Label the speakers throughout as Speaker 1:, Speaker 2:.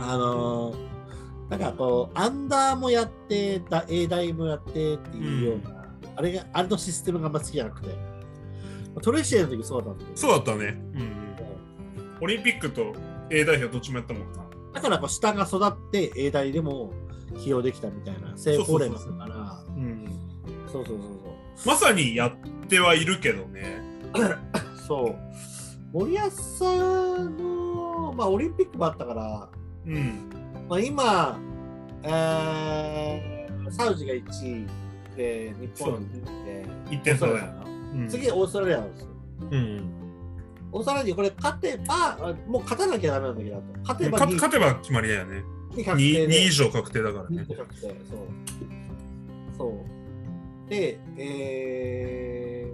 Speaker 1: あのなんかこうアンダーもやってだ A 台もやってっていうような、あれがあれのシステムがあんま好きじゃなくてトレーシエの時そうだったんだけど
Speaker 2: そうだったね。うんうん。オリンピックと A 代表どっちもやったもんな。
Speaker 1: だからこう下が育って A 台でも起用できたみたいな成功例もあるから
Speaker 2: うん。
Speaker 1: そうそうそう
Speaker 2: まさにやってはいるけどね。
Speaker 1: そうそう森保さんの、まあ、オリンピックもあったから
Speaker 2: うん。
Speaker 1: まあ、今、えーサウジが1位で、日本が2
Speaker 2: 1
Speaker 1: 位で、
Speaker 2: 点差だよ。
Speaker 1: な。
Speaker 2: うん
Speaker 1: 次、オーストラリアなんですよ。
Speaker 2: うん。
Speaker 1: オーストラリア、これ勝てば、あもう勝たなきゃダメなんだけど、勝てば
Speaker 2: 勝
Speaker 1: 2
Speaker 2: て
Speaker 1: 位
Speaker 2: 勝てば決まりだよね。
Speaker 1: に確定
Speaker 2: 2,
Speaker 1: で
Speaker 2: 以上確定だからね
Speaker 1: 2。個確定、そう。そう。で、え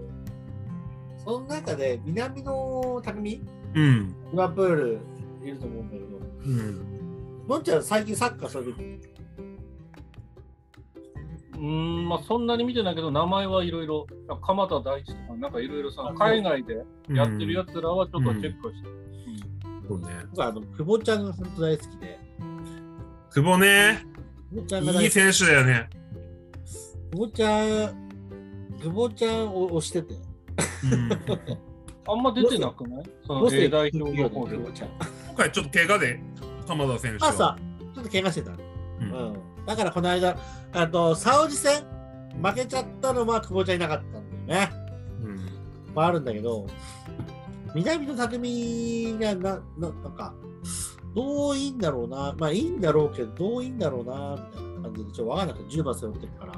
Speaker 1: ー、その中で、南の匠、
Speaker 2: うん。
Speaker 1: リバプールいると思うんだけど、
Speaker 2: うん。
Speaker 1: のんちゃん、最近サッカーされてる
Speaker 3: うーん、まあそんなに見てないけど、名前はいろいろ、鎌田大地とか、なんかいろいろさ、海外でやってるやつらはちょっとチェックして、
Speaker 2: そうね。
Speaker 1: 僕はあの久保ちゃんが本当大好きで、
Speaker 2: 久保ね、
Speaker 1: 久保ちゃんが
Speaker 2: い
Speaker 1: 大
Speaker 2: い
Speaker 1: 好き。
Speaker 2: 選手だよね。
Speaker 1: 久保ちゃん、久保ちゃんを押してて。
Speaker 2: うん、
Speaker 3: あんま出てなくないそ
Speaker 1: どう
Speaker 3: の
Speaker 1: して
Speaker 3: A 代表
Speaker 1: 久
Speaker 3: の方で
Speaker 1: 保。ちゃん。
Speaker 2: 今回ちょっと怪我で、鎌田選手は。
Speaker 1: 朝、ちょっと怪我してた。
Speaker 2: う
Speaker 1: うんん。だからこの間、あと、サウジ戦、負けちゃったのは久保ちゃんいなかったんだよね。
Speaker 2: うん
Speaker 1: まああるんだけど、南の匠がな、ななんか、どういいんだろうな、まあいいんだろうけど、どういいんだろうな、みたいな感じで、ちょっとわかんなくて、10番背負ってるから。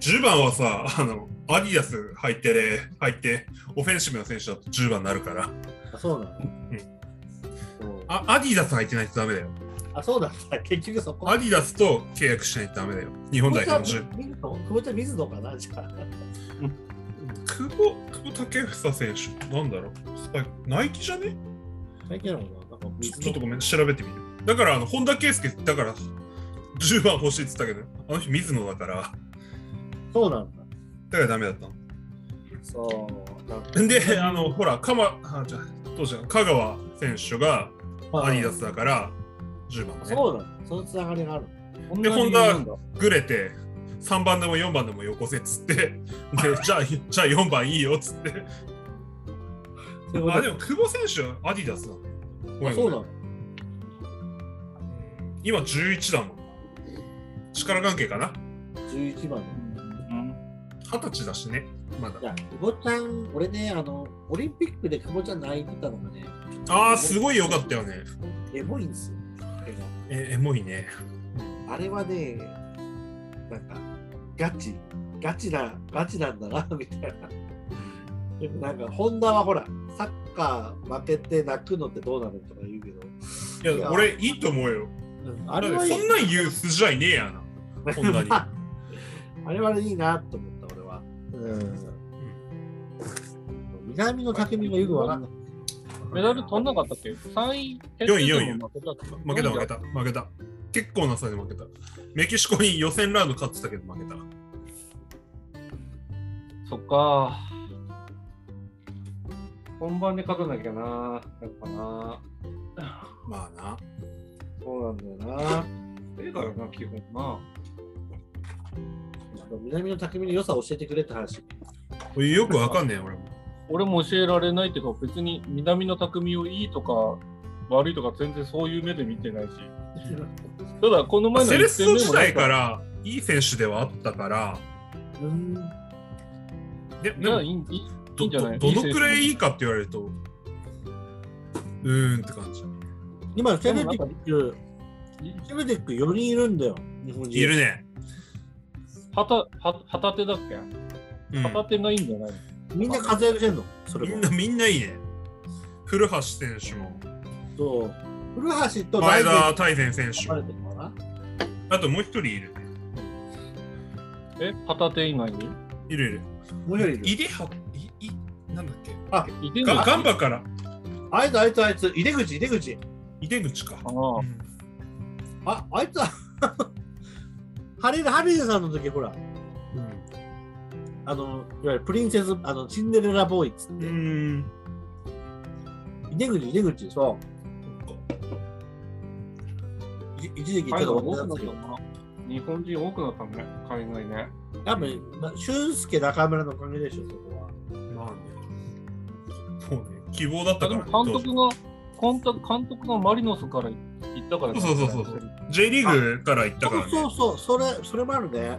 Speaker 2: 10番はさ、あの、アディダス入ってれ、入って、オフェンシブな選手だと10番になるから。
Speaker 1: あ、そうなの、
Speaker 2: うん
Speaker 1: そう
Speaker 2: あアディダス入ってないとダメだよ。
Speaker 1: あ、そうなんだ。結局そこ。
Speaker 2: アディダスと契約しないとダメだよ。日本代表の10
Speaker 1: 久保ちゃん水野かなじゃあ
Speaker 2: 久保、久保建英選手、なんだろう。スパイナイキじゃね
Speaker 1: 最近なのかななんか
Speaker 2: ち
Speaker 1: 水
Speaker 2: ょ
Speaker 1: 野
Speaker 2: ちょっとごめん、調べてみる。だから、あの、本田圭佑、だから、10番欲しいって言ったけど、あの人、水野だから、だか
Speaker 1: そうなんだ。
Speaker 2: らダメだったの。
Speaker 1: そう。なんか
Speaker 2: で、あの、ほら、かま、あ、じゃあどうしよう香川選手がアディダスだから、10番、ね。
Speaker 1: そうなんだ。そのつながりがある。
Speaker 3: こん
Speaker 2: で
Speaker 3: なにいるんだ
Speaker 2: ぐれて、3番でも4番でもよこせっつって、で、じゃあ、じゃあ4番いいよっつって。あ、でも、久保選手はアディダスだね。ごめん
Speaker 1: そうなんだ。
Speaker 2: 今11だもん。力関係かな
Speaker 1: 11番。
Speaker 3: うん
Speaker 2: 二十歳だしね、まだ
Speaker 1: い。や、久保ちゃん、俺ね、あの、オリンピックで久保ちゃん泣いてたのがね、
Speaker 2: ああ、すごい良かったよね。
Speaker 1: エモいんですよ。絵が
Speaker 2: え、エモいね。
Speaker 1: あれはね、なんか、ガチ、ガチな、ガチなんだな、 みたいな。でもなんか、ホンダはほら、サッカー負けて泣くのってどうなのとか言うけど、
Speaker 2: いや、
Speaker 1: いや
Speaker 2: 俺、いいと思うよ。
Speaker 1: あれ
Speaker 2: だっ
Speaker 1: は
Speaker 2: て
Speaker 1: いい
Speaker 2: そんなん言う筋合いねえやな。こ んなに
Speaker 1: あれはいいなと思った、俺は。南の匠がよくわかんない。
Speaker 3: メダル取んなかったっけ ?3 位
Speaker 2: 四位四位
Speaker 3: 負けたっけ
Speaker 2: 負けた、負けた、負けた。結構な差で負けた。メキシコに予選ラウンド勝ってたけど負けた。
Speaker 3: そっか。本番で勝たなきゃな。やっぱな。
Speaker 2: まあな。
Speaker 1: そうなんだよな。
Speaker 3: ええだよな、基本な。
Speaker 1: 南の匠の良さを教えてくれって話。
Speaker 2: これよくわかんねえ、俺も。
Speaker 3: 俺も教えられないっていうか、別に南の匠をいいとか悪いとか全然そういう目で見 てないし。ただ、この前の
Speaker 2: セレッソ時代か
Speaker 3: 一
Speaker 2: らいい選手ではあったから、
Speaker 1: うん。
Speaker 2: で
Speaker 3: 戦目
Speaker 2: で
Speaker 3: もなん
Speaker 2: も
Speaker 3: かじゃあいいんいいいい
Speaker 2: ど
Speaker 3: んじゃない
Speaker 2: どどのくらいいいかって言われると、うーんって感じ。
Speaker 1: 今、フェネティック、フェネティック4人いるんだよ、日本人。
Speaker 2: いるね。
Speaker 3: はた、は、旗手だっけ
Speaker 2: うん
Speaker 3: 旗手がいいんじゃない
Speaker 1: みんな活躍してんの、それ
Speaker 2: みん
Speaker 1: も
Speaker 2: な、。みんないいね。古橋選手も、
Speaker 1: そう。古橋と
Speaker 2: 前田
Speaker 1: が
Speaker 2: 大然選
Speaker 1: 分
Speaker 2: 手
Speaker 1: かれ
Speaker 2: も、
Speaker 1: てるのかな
Speaker 2: あともう一人いるね。
Speaker 3: え、旗手以外に
Speaker 2: いるいる。
Speaker 1: もう一人いる。
Speaker 2: いではい、い、なんだっけ
Speaker 3: いてんの
Speaker 2: ガガンバから、
Speaker 1: あいつ、あいつ、あいつ、井出口、井出口。
Speaker 2: 井出口か。
Speaker 3: ああ
Speaker 2: うん
Speaker 1: あ、あいつは、 ハリル、ハリルさんの時、ほら、あの、いわゆるプリンセス、あの、シンデレラボーイっつっ
Speaker 2: う
Speaker 1: て、
Speaker 2: ーん。
Speaker 1: 出口、出口、そ
Speaker 2: そっか
Speaker 1: 一時期ちょっ
Speaker 3: 海外
Speaker 1: と
Speaker 3: 多
Speaker 1: 話題
Speaker 3: く
Speaker 1: になってた
Speaker 3: なっ
Speaker 1: けど
Speaker 3: たな。日本人多くなったね、海外ね。
Speaker 1: 多分、まあ、俊介中村のおかげでしょ、そこは。
Speaker 2: まあね。そうね。希望だっ
Speaker 3: あ
Speaker 2: た
Speaker 3: で
Speaker 2: から、
Speaker 3: も
Speaker 2: ね、
Speaker 3: 監督が、監督監督がマリノスから行ったからね
Speaker 2: そうそうそうそう J リーグから行ったからね。
Speaker 1: そうそうそう、それ、それもあるね。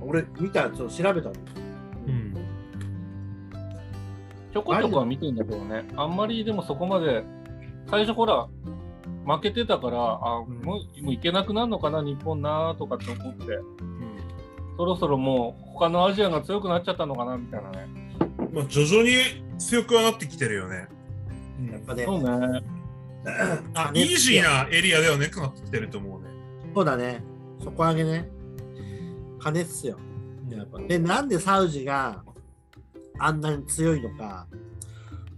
Speaker 1: 俺、見た、ちょっと調べたの。
Speaker 2: うん。
Speaker 3: ちょこちょこは見てんだけどね、あんまりでもそこまで、最初ほら、負けてたから、あ
Speaker 2: ん
Speaker 3: もうもういけなくなるのかな、日本なとかって思って、そろそろもう、他のアジアが強くなっちゃったのかなみたいなね。
Speaker 2: うんまあ、徐々に強くはなってきてるよね。うん
Speaker 1: やっぱね、
Speaker 3: そうね、
Speaker 2: あ、イージーなエリアではなくなってきてると思うね。
Speaker 1: そうだね。そこ上げね。金っすよ。やっぱで、なんでサウジがあんなに強いのか、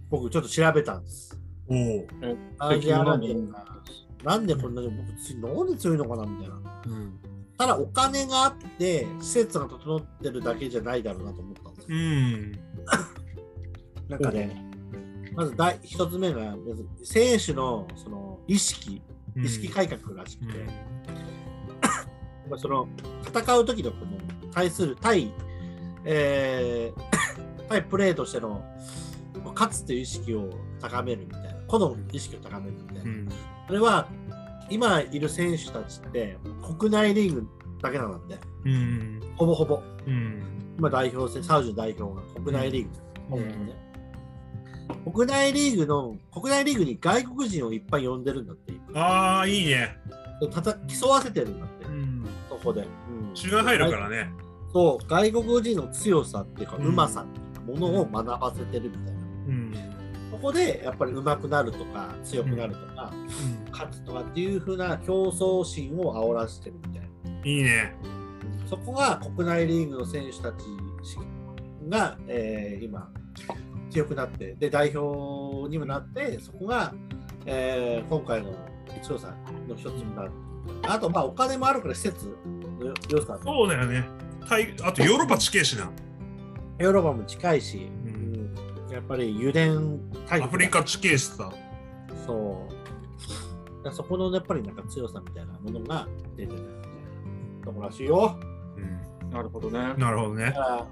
Speaker 1: 僕ちょっと調べたんです。
Speaker 2: おお。
Speaker 1: サウジアラビアがなんでこんなに僕、つなんで強いのかなみたいな。
Speaker 2: うん。
Speaker 1: ただ、お金があって、施設が整ってるだけじゃないだろうなと思ったんです
Speaker 2: う。ん。
Speaker 1: なんかね、まず第一つ目が、まず選手のその意識、
Speaker 2: うん
Speaker 1: 意識改革らし
Speaker 2: う
Speaker 1: くて、
Speaker 2: ん
Speaker 1: まあその戦う時のこの対する対、えー 対プレーとしてのまあ勝つという意識を高めるみたいな、個の意識を高めるみたいな。
Speaker 2: うん。
Speaker 1: それは今いる選手たちって国内リーグだけなんで、
Speaker 2: うん。
Speaker 1: ほぼほぼ、
Speaker 2: うん。
Speaker 1: 今代表戦、サウジの代表が国内リーグ、ほぼほぼね国内リーグの、国内リーグに外国人をいっぱい呼んでるんだって、今
Speaker 2: ああ、いいね。
Speaker 1: でたた競わせてるんだって
Speaker 2: う、ん。
Speaker 1: そこで。
Speaker 2: 血が入るからね。
Speaker 1: そう外国人の強さっていうか、
Speaker 2: う
Speaker 1: うんまさっていうかものを学ばせてるみたいな
Speaker 2: うん。
Speaker 1: ここでやっぱり上手くなるとか強くなるとか、勝つとかっていう風な競争心を煽らせてるみたいな
Speaker 2: うんいいね。
Speaker 1: そこが国内リーグの選手たちが、えー今強くなってで代表にもなってそこが、えー今回の強さの一つになるあとまあお金もあるから施設の良さ
Speaker 2: そうだよね。タイあとヨーロッパ地形しな。
Speaker 1: ヨーロッパも近いし、
Speaker 2: ん
Speaker 1: うんやっぱり油田大陸
Speaker 2: アフリカ地形しさ。
Speaker 1: そうだからそこのやっぱりなんか強さみたいなものが出てるみたいなとこらしいよ
Speaker 2: うん
Speaker 3: なるほどね。
Speaker 2: なるほどね
Speaker 1: だ。か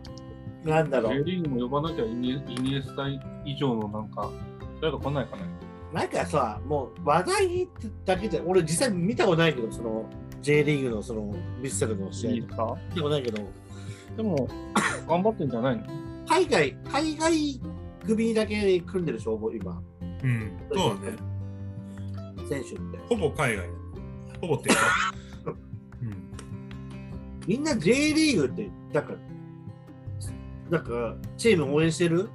Speaker 1: らなんだろ
Speaker 3: J
Speaker 1: う
Speaker 3: リーグも呼ばなきゃイニエイニエスタ以上のなんか、誰か来ないかね。
Speaker 1: なんかさもう話題だけじゃ俺実際見たことないけどその J リーグのそのヴィッセルの
Speaker 3: イニ
Speaker 1: 試
Speaker 3: エ
Speaker 1: 合
Speaker 3: ス
Speaker 1: とか
Speaker 3: タ
Speaker 1: 見たことないけど
Speaker 3: でも、頑張ってんじゃないの
Speaker 1: 海外海外組だけ組んでるでしょ今
Speaker 2: うん。そうだね。
Speaker 1: 選手って
Speaker 2: ほぼ海外だ。ほぼっていうか。うん。
Speaker 1: みんな J リーグって、なんか、なんか、チーム応援してる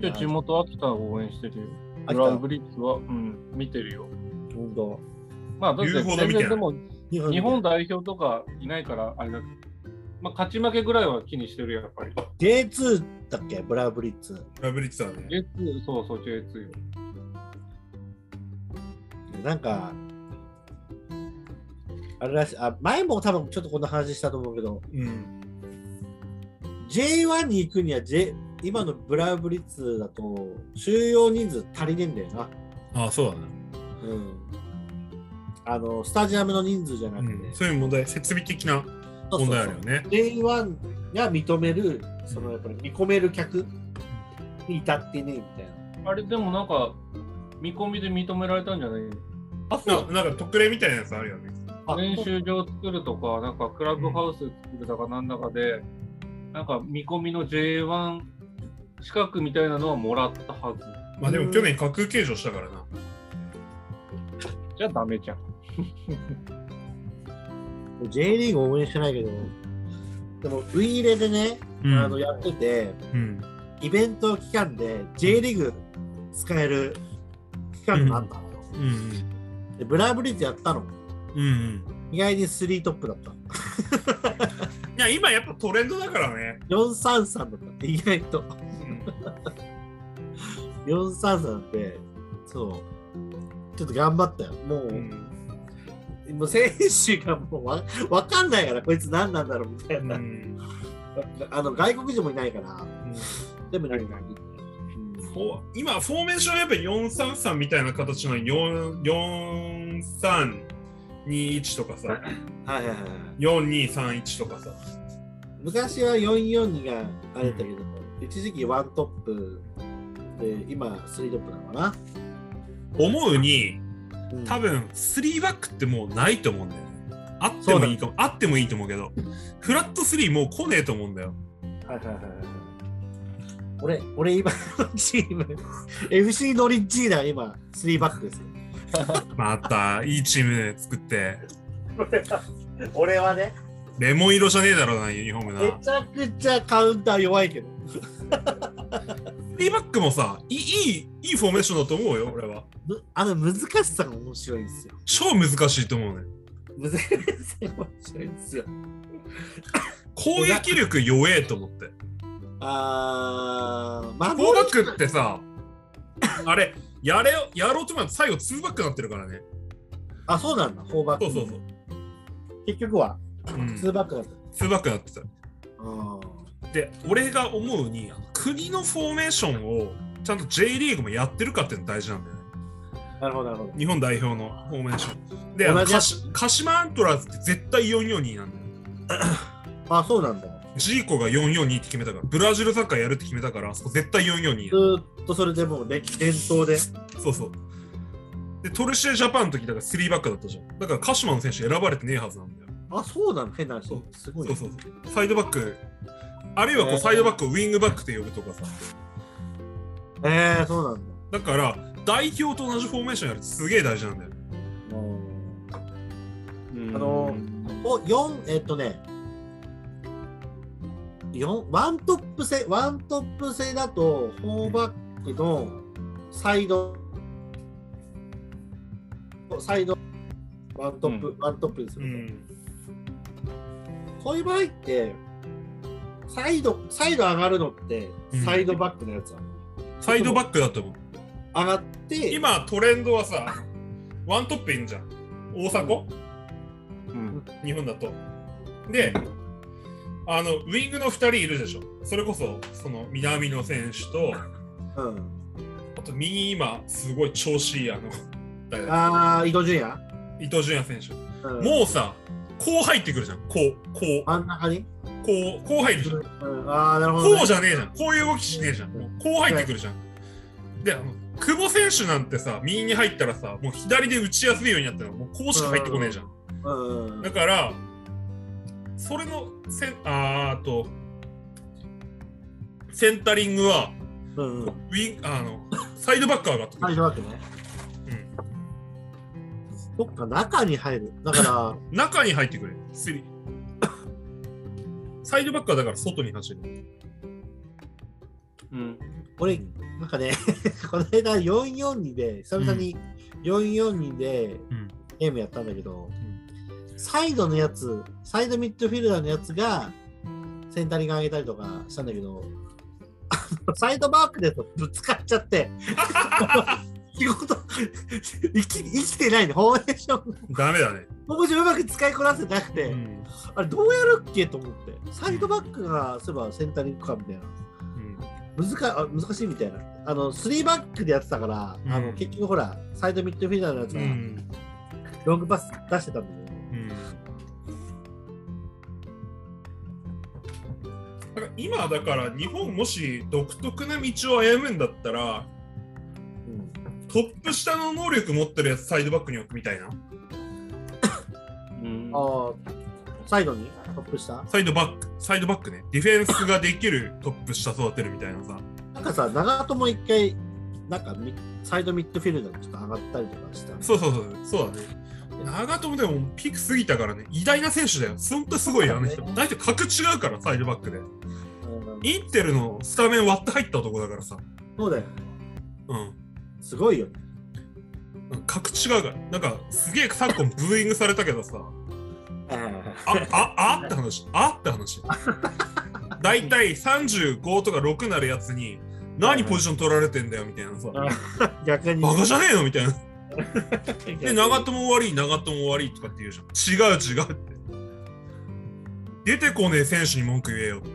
Speaker 3: じゃあ地元秋田を応援してるよ。
Speaker 1: あ
Speaker 3: ブラウンブリッツは、うん、見てるよ。
Speaker 1: 本当
Speaker 3: まあ、だって
Speaker 2: 言うほど
Speaker 3: 全
Speaker 2: 見てない
Speaker 3: 然でも
Speaker 1: 日
Speaker 3: 日本代表とかいないから、あれだけど、まあ、勝ち負けぐらいは気にしてるよ、やっぱり。
Speaker 1: J2 だっけブラウブリッツ。
Speaker 2: ラブリッツだね。
Speaker 3: J2、そうそう、J2 よ。
Speaker 1: なんか、あれらしい。あ、前も多分ちょっとこんな話したと思うけど、
Speaker 2: うん。
Speaker 1: J1 に行くには、J、今のブラウブリッツだと、収容人数足りねえんだよな。
Speaker 2: ああ、そうだね。
Speaker 1: うん。あの、スタジアムの人数じゃな
Speaker 2: う
Speaker 1: くて、
Speaker 2: ん、そういう問題、設備的な
Speaker 1: そうそうそう
Speaker 2: 問題あるよね。
Speaker 1: J1 が認める、そのやっぱり見込める客に至ってねえみたいな。
Speaker 3: あれ、でもなんか、見込みで認められたんじゃない
Speaker 1: あ、
Speaker 2: ななんか特例みたいなやつあるよね。
Speaker 3: 練習場作るとか、なんかクラブハウス作るとかなんだかで、なんか見込みの J1 資格みたいなのはもらったはず。
Speaker 2: まあで
Speaker 1: う
Speaker 2: も
Speaker 1: ん
Speaker 2: 去年、架空計上したからな。
Speaker 3: じゃあダメじゃん。
Speaker 1: J リーグ応援してないけど、でも、ウイイレでね、
Speaker 2: うん
Speaker 1: あのやってて、
Speaker 2: うん。
Speaker 1: イベント期間で J リーグ使える期間があったのよ。
Speaker 2: うん。
Speaker 1: で、ブラーブリッツやったの。
Speaker 2: うん。うん。
Speaker 1: 意外に3トップだった。
Speaker 2: いや、今やっぱトレンドだからね。
Speaker 1: 433だった。意外と。
Speaker 2: うん
Speaker 1: 433って、そう。ちょっと頑張ったよ。もう、
Speaker 2: うん
Speaker 1: もう選手がもうわわかんないから、こいつ何なんだろうみたいな。
Speaker 2: うん
Speaker 1: あの外国人もいないから、
Speaker 2: うん
Speaker 1: 全部なん
Speaker 3: は
Speaker 1: か
Speaker 3: いは、
Speaker 1: うん
Speaker 2: フォー今、フォーメーションはやっぱり433みたいな形なのに、4321とかさ、
Speaker 1: はいはいはい。
Speaker 2: 4231とかさ、
Speaker 1: 昔は442があれだけど、一時期ワントップで、今スリートップなのかな。
Speaker 2: 思うに、
Speaker 1: うん
Speaker 2: 多分3バックってもうないと思うんだよね。あってもいいかも、あってもいいと思うけど、フラット3もう来ねえと思うんだよ。
Speaker 1: はいはいはいはい。俺、俺今のチーム、FC ノリッジーナ今、3バックですよ。
Speaker 2: また、いいチーム作って、
Speaker 1: 俺はね、
Speaker 2: レモン色じゃねえだろうな、ユニフォームな。
Speaker 1: めちゃくちゃカウンター弱いけど。
Speaker 2: 3バックもさ、いいい、いいフォーメーションだと思うよ、俺は。
Speaker 1: むあの難しさが面白いんですよ。
Speaker 2: 超難しいと思うね。
Speaker 1: 難しさが面白いんですよ。
Speaker 2: 攻撃力弱えと思って。
Speaker 1: あー、
Speaker 2: フォーバ
Speaker 1: 守
Speaker 2: ックってさ、あれ、やれよ、やろうと思えば最後2バックになってるからね。
Speaker 1: あ、そうなんだ、フォーバック。
Speaker 2: そうそうそう。
Speaker 1: 結局は、
Speaker 2: うん、
Speaker 1: ツーバックだった。
Speaker 2: 2バックになってた。
Speaker 1: あ
Speaker 2: で、俺が思うに、国のフォーメーションをちゃんと J リーグもやってるかっていうの大事なんだよね。
Speaker 1: ーなるほど、なるほど。
Speaker 2: 日本代表のフォーメーション。で、あ
Speaker 1: 同
Speaker 2: の
Speaker 1: じや
Speaker 2: 鹿
Speaker 1: つ
Speaker 2: 島鹿島アントラーズって絶対442なんだよ。
Speaker 1: あ、そうなんだ。
Speaker 2: ジーコが442って決めたから、ブラジルサッカーやるって決めたから、あそこ絶対442
Speaker 1: ずーっとそれでもうね、伝統で。
Speaker 2: そうそう。で、トルシエジャパンの時だから3バックだったじゃん。だから鹿島の選手選ばれてねえはずなんだよ。
Speaker 1: あ、そうなの、変な話
Speaker 2: そう。
Speaker 1: すごい
Speaker 2: そ
Speaker 1: ね。
Speaker 2: うそうそう。サイドバック、あるいはこうサイドバックをウィングバックって呼ぶとかさ。
Speaker 1: えー、そうなんだ。
Speaker 2: だから、代表と同じフォーメーションやるってすげえ大事なんだよ。
Speaker 1: あのお4えっとね4ワントップ制ワントップ制だとフォーバックのサイドサイドワントップ、
Speaker 3: う
Speaker 1: ワントップにす
Speaker 2: う
Speaker 1: ると、
Speaker 2: ん。
Speaker 1: そういう場合ってサイドサイド上がるのって
Speaker 2: うん
Speaker 1: サイドバックのやつなの、
Speaker 2: サイドバックだと思う。
Speaker 1: 上がって
Speaker 2: 今、トレンドはさ、ワントップいんじゃん。大迫
Speaker 3: うん
Speaker 2: 日本だと。で、あの、ウィングの2人いるでしょ。それこそ、その、南野選手と、
Speaker 1: うん、
Speaker 2: あと右今すごい調子いいあの誰だ
Speaker 1: ああ伊東純也、
Speaker 2: 伊東純也選手、
Speaker 1: うん、
Speaker 2: もうさこう入ってくるじゃんこうこ
Speaker 1: 真ん中に、
Speaker 2: うこうこう入るじゃん
Speaker 1: うん、ああなるほど、ね、
Speaker 2: こうじゃねえじゃんこういう動きしねえじゃんもうこう入ってくるじゃんであの久保選手なんてさ右に入ったらさもう左で打ちやすいようになったらもうこうしか入ってこねえじゃん
Speaker 1: うんうん
Speaker 2: だからそれのせんあーあとセンタリングは
Speaker 1: うんうん、
Speaker 2: ウィンあのサイドバッカーがってく
Speaker 1: サイ
Speaker 2: る、
Speaker 1: ドバックね
Speaker 2: うん、
Speaker 1: そっか、中に入る。だ か
Speaker 2: 中に入ってくれ、スリー。サイドバックはだから外に走る。
Speaker 3: うん
Speaker 1: ら、俺、なんかね、 この間442で、久々に442で
Speaker 2: うん
Speaker 1: ゲームやったんだけど、
Speaker 2: ん
Speaker 1: サイドのやつ、サイドミッドフィルダーのやつが、センタリング上げたりとかしたんだけど、あのサイドバックでぶつかっちゃって、 仕事生き、生きてないね、フォーメーション。
Speaker 2: ダメ だね。
Speaker 1: 僕自分うまく使いこなせてなくて、
Speaker 2: うん
Speaker 1: あれどうやるっけと思って、サイドバックがすればセンタリングかみたいな。
Speaker 2: うん
Speaker 1: 難かあ難しいみたいな。あの、3バックでやってたから、
Speaker 2: うん
Speaker 1: あの結局ほら、サイドミッドフィルダーのやつ
Speaker 2: う
Speaker 1: が
Speaker 2: ん
Speaker 1: ロングパス出してたんだけ
Speaker 2: うんだから今だから日本もし独特な道を歩むんだったらトップ下の能力持ってるやつサイドバックに置くみたいな
Speaker 3: うん
Speaker 1: ど、ああ、サイドにトップした
Speaker 2: サイドバックサイドバックねディフェンスができるトップ下育てるみたいなさ
Speaker 1: なんかさ、長友一回、なんかミサイドミッドフィルダーにちょっと上がったりとかした。
Speaker 2: そうそうそうそうだね長友でもピーク過ぎたからね偉大な選手だよほんとすごいよあの人大体格違うからサイドバックで
Speaker 1: うん
Speaker 2: インテルのスタメン割って入った男だからさ、
Speaker 1: そうだよね。
Speaker 2: うん、
Speaker 1: すごいよね。
Speaker 2: 格違うから、なんかすげえ昨今ブーイングされたけどさ、
Speaker 1: え
Speaker 2: あ、あ、あって話、あって話。だいたい35とか6なるやつに、何ポジション取られてんだよみたいなさ、バ
Speaker 1: え逆に。
Speaker 2: カじゃねえのみたいな。で、長
Speaker 1: 友。
Speaker 2: 友悪い、長友悪いとかって言うじゃん。違う違うって。出てこねえ選手に文句言えよって。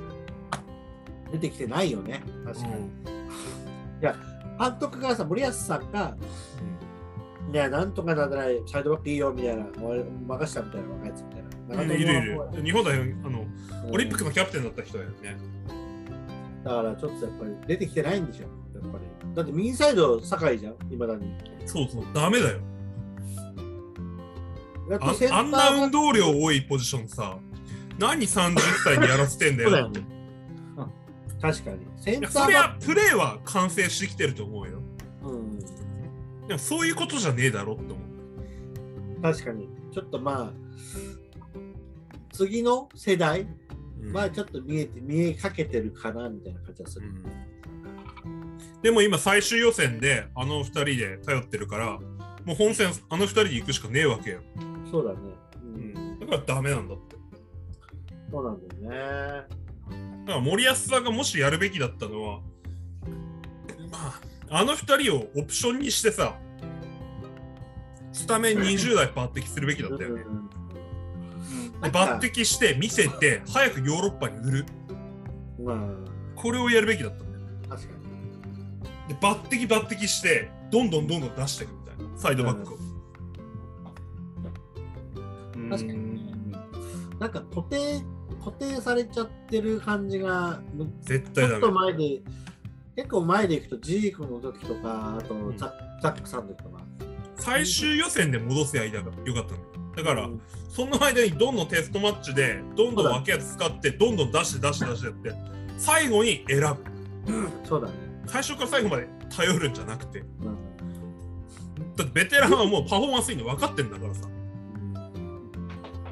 Speaker 1: 出てきてないよね。確かに。
Speaker 2: うん
Speaker 1: 監督がさ、森保さんが、ね、なんとかなんだら、サイドバックいいよみたいな、お前任したみたいな若いやつみたいな。
Speaker 2: うん
Speaker 1: 中
Speaker 2: い
Speaker 1: 友
Speaker 2: るい
Speaker 1: は
Speaker 2: る
Speaker 1: もう。
Speaker 2: 日本代表、あの、オリンピッ
Speaker 1: う
Speaker 2: ク
Speaker 1: ん
Speaker 2: のキャプテンだった人やね。
Speaker 1: だからちょっとやっぱり出てきてないんでしょ、やっぱり。だって右サイド、酒井じゃん、いまだに。
Speaker 2: そうそう、ダメだよ。
Speaker 1: やっ
Speaker 2: あ
Speaker 1: とセンタ
Speaker 2: あ
Speaker 1: ー
Speaker 2: ん
Speaker 1: バッ
Speaker 2: な
Speaker 1: ク
Speaker 2: 運動量多いポジションさ、何30歳にやらせてんだ
Speaker 1: そうだ
Speaker 2: よ
Speaker 1: よ。ね。確かに。センタ
Speaker 2: いや
Speaker 1: ー
Speaker 2: そ
Speaker 1: バ
Speaker 2: り
Speaker 1: ッ
Speaker 2: ゃプレーは完成してきてると思うよ。
Speaker 1: ク、うん、
Speaker 2: でもそういうことじゃねえだろって思う。
Speaker 1: 確かに。ちょっとまあ、次の世代
Speaker 2: うん
Speaker 1: まあちょっと見えて、見えかけてるかなみたいな感じがす
Speaker 2: う
Speaker 1: る。
Speaker 2: んでも今最終予選であの2人で頼ってるから、もう本戦あの2人で行くしかねえわけよ。
Speaker 1: そうだね。うん
Speaker 2: だからダメなんだって。
Speaker 1: そうなんだよね。
Speaker 2: だから森保さんがもしやるべきだったのは、まあ、あの2人をオプションにしてさ、スタメン20代抜擢するべきだったよね。
Speaker 1: うん
Speaker 3: うん
Speaker 2: で抜擢して見せて、早くヨーロッパに売る。
Speaker 1: ま
Speaker 2: これをやるべきだったんだよ。
Speaker 1: あ、確かに。
Speaker 2: で、抜擢抜擢して、どんどんどんどん出していくみたいな、サイドバックを。
Speaker 3: うん
Speaker 1: 確かになんか固定、固定されちゃってる感じが、
Speaker 2: 絶
Speaker 1: ち
Speaker 2: 対
Speaker 1: ょ
Speaker 2: ダ
Speaker 1: っ
Speaker 2: メ
Speaker 1: と。前で、結構前で行くと、ジークの時とか、あと
Speaker 2: ん
Speaker 1: ザッ、ザックさんの時とか。
Speaker 2: 最終予選で戻せやいだがよかったんだよ。だから、
Speaker 1: うん
Speaker 2: その間にどんどんテストマッチで、どんどん分けやつ使って、どんどん出して出して出してやって、最後に選ぶ。
Speaker 1: そうだね。
Speaker 2: 最初から最後まで頼るんじゃなくて。
Speaker 1: うん
Speaker 2: だってベテランはもうパフォーマンスいいの分かってんだからさ。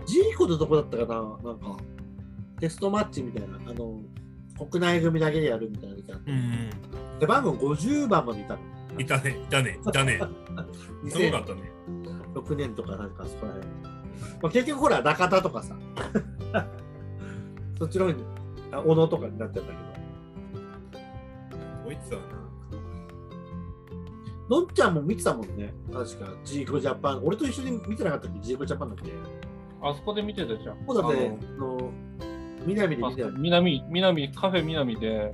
Speaker 1: ジーコのとこだったかな、なんか、テストマッチみたいな、あの、国内組だけでやるみたいな時あって
Speaker 2: うん、
Speaker 1: 背番号50番までいたの。
Speaker 2: いたね、いたね、いたね。すごかったね。
Speaker 1: 6年とかなんかそこら辺、まあ、結局ほら中田とかさ そっちの方にあ小野とかになっちゃったけ
Speaker 2: こいつは
Speaker 1: どのんちゃんも見てたもんね確かジーコジャパン俺と一緒に見てなかったっけジーコジャパンだっけ
Speaker 3: あそこで見てたじゃん。
Speaker 1: もうだってあの南で見
Speaker 3: あの
Speaker 1: てたよ
Speaker 3: 南、南、カフェ南で、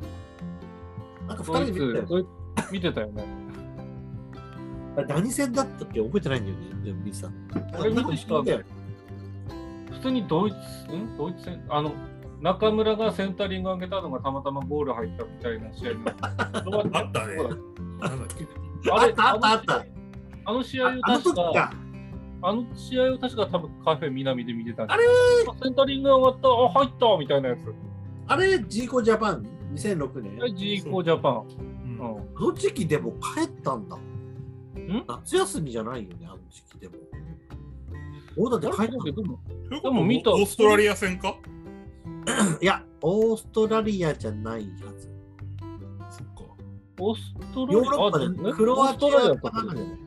Speaker 1: なんか
Speaker 3: ド
Speaker 1: 2
Speaker 3: イ
Speaker 1: 人で見てた
Speaker 3: ツ、
Speaker 1: よ
Speaker 3: ドイツ見てたよね。
Speaker 1: あれ何戦だったっけ覚えてないんだよねでも見てたの
Speaker 3: あれ
Speaker 1: なんか
Speaker 3: 見てたんだよ普通にドイツ、んドイツ戦、あの、中村がセンタリング上げたのがたまたまゴール入ったみたいな試合の
Speaker 2: な。 あったね。なんだっけ。
Speaker 1: あったあったあった
Speaker 3: あの試合
Speaker 1: あ
Speaker 3: を
Speaker 1: あの
Speaker 3: 確
Speaker 1: 時
Speaker 3: か、
Speaker 1: か
Speaker 3: あの試合を確か多分カフェ南で見てたんだ
Speaker 1: あ
Speaker 3: よ
Speaker 1: れ
Speaker 3: センタリングが終わった、あ、入ったみたいなやつ。
Speaker 1: あれジーコジャパン2006
Speaker 3: は
Speaker 1: 年
Speaker 3: い、ジーコジャパン。
Speaker 2: うん
Speaker 3: うん
Speaker 1: あの時期でも帰ったんだ夏休みじゃないよね、あの時期でも。俺だって帰ったの
Speaker 3: でも
Speaker 2: ということ
Speaker 3: でも見た
Speaker 2: オーストラリア戦か
Speaker 1: いや、オーストラリアじゃないはず。
Speaker 2: そっか。
Speaker 3: オーストラリア
Speaker 1: ヨーロッパで、クロアチアかなんかじゃない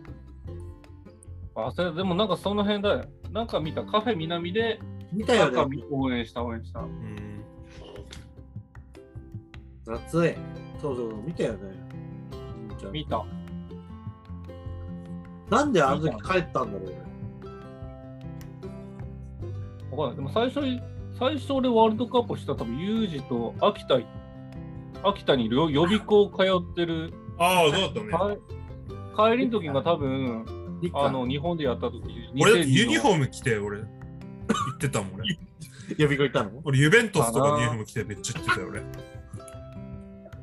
Speaker 3: あそれでもなんかその辺だよ。なんか見たカフェ南で、
Speaker 1: 見た
Speaker 3: なん
Speaker 1: よ
Speaker 3: か
Speaker 1: ね。
Speaker 3: 応援した応援した。
Speaker 2: うん。
Speaker 1: 夏へ。そうそうそう、見たよね。うんじゃあ
Speaker 3: 見た。
Speaker 1: なんであの時帰ったんだろうね。
Speaker 3: わかんない。でも最初に、最初俺ワールドカップした多分ユージと秋田、秋田に予備校通ってる、
Speaker 2: ああ、どうだったね。
Speaker 3: か帰りの時が多分、
Speaker 1: 日韓
Speaker 3: あの、日本でやった時、
Speaker 2: 俺だってユニフォ
Speaker 3: ー
Speaker 2: ーム着て、俺。行ってたもん、俺。
Speaker 1: 呼び声行ったの
Speaker 2: 俺、ユベントスとかのユニフォーム着てめっちゃ行ってたよ、俺。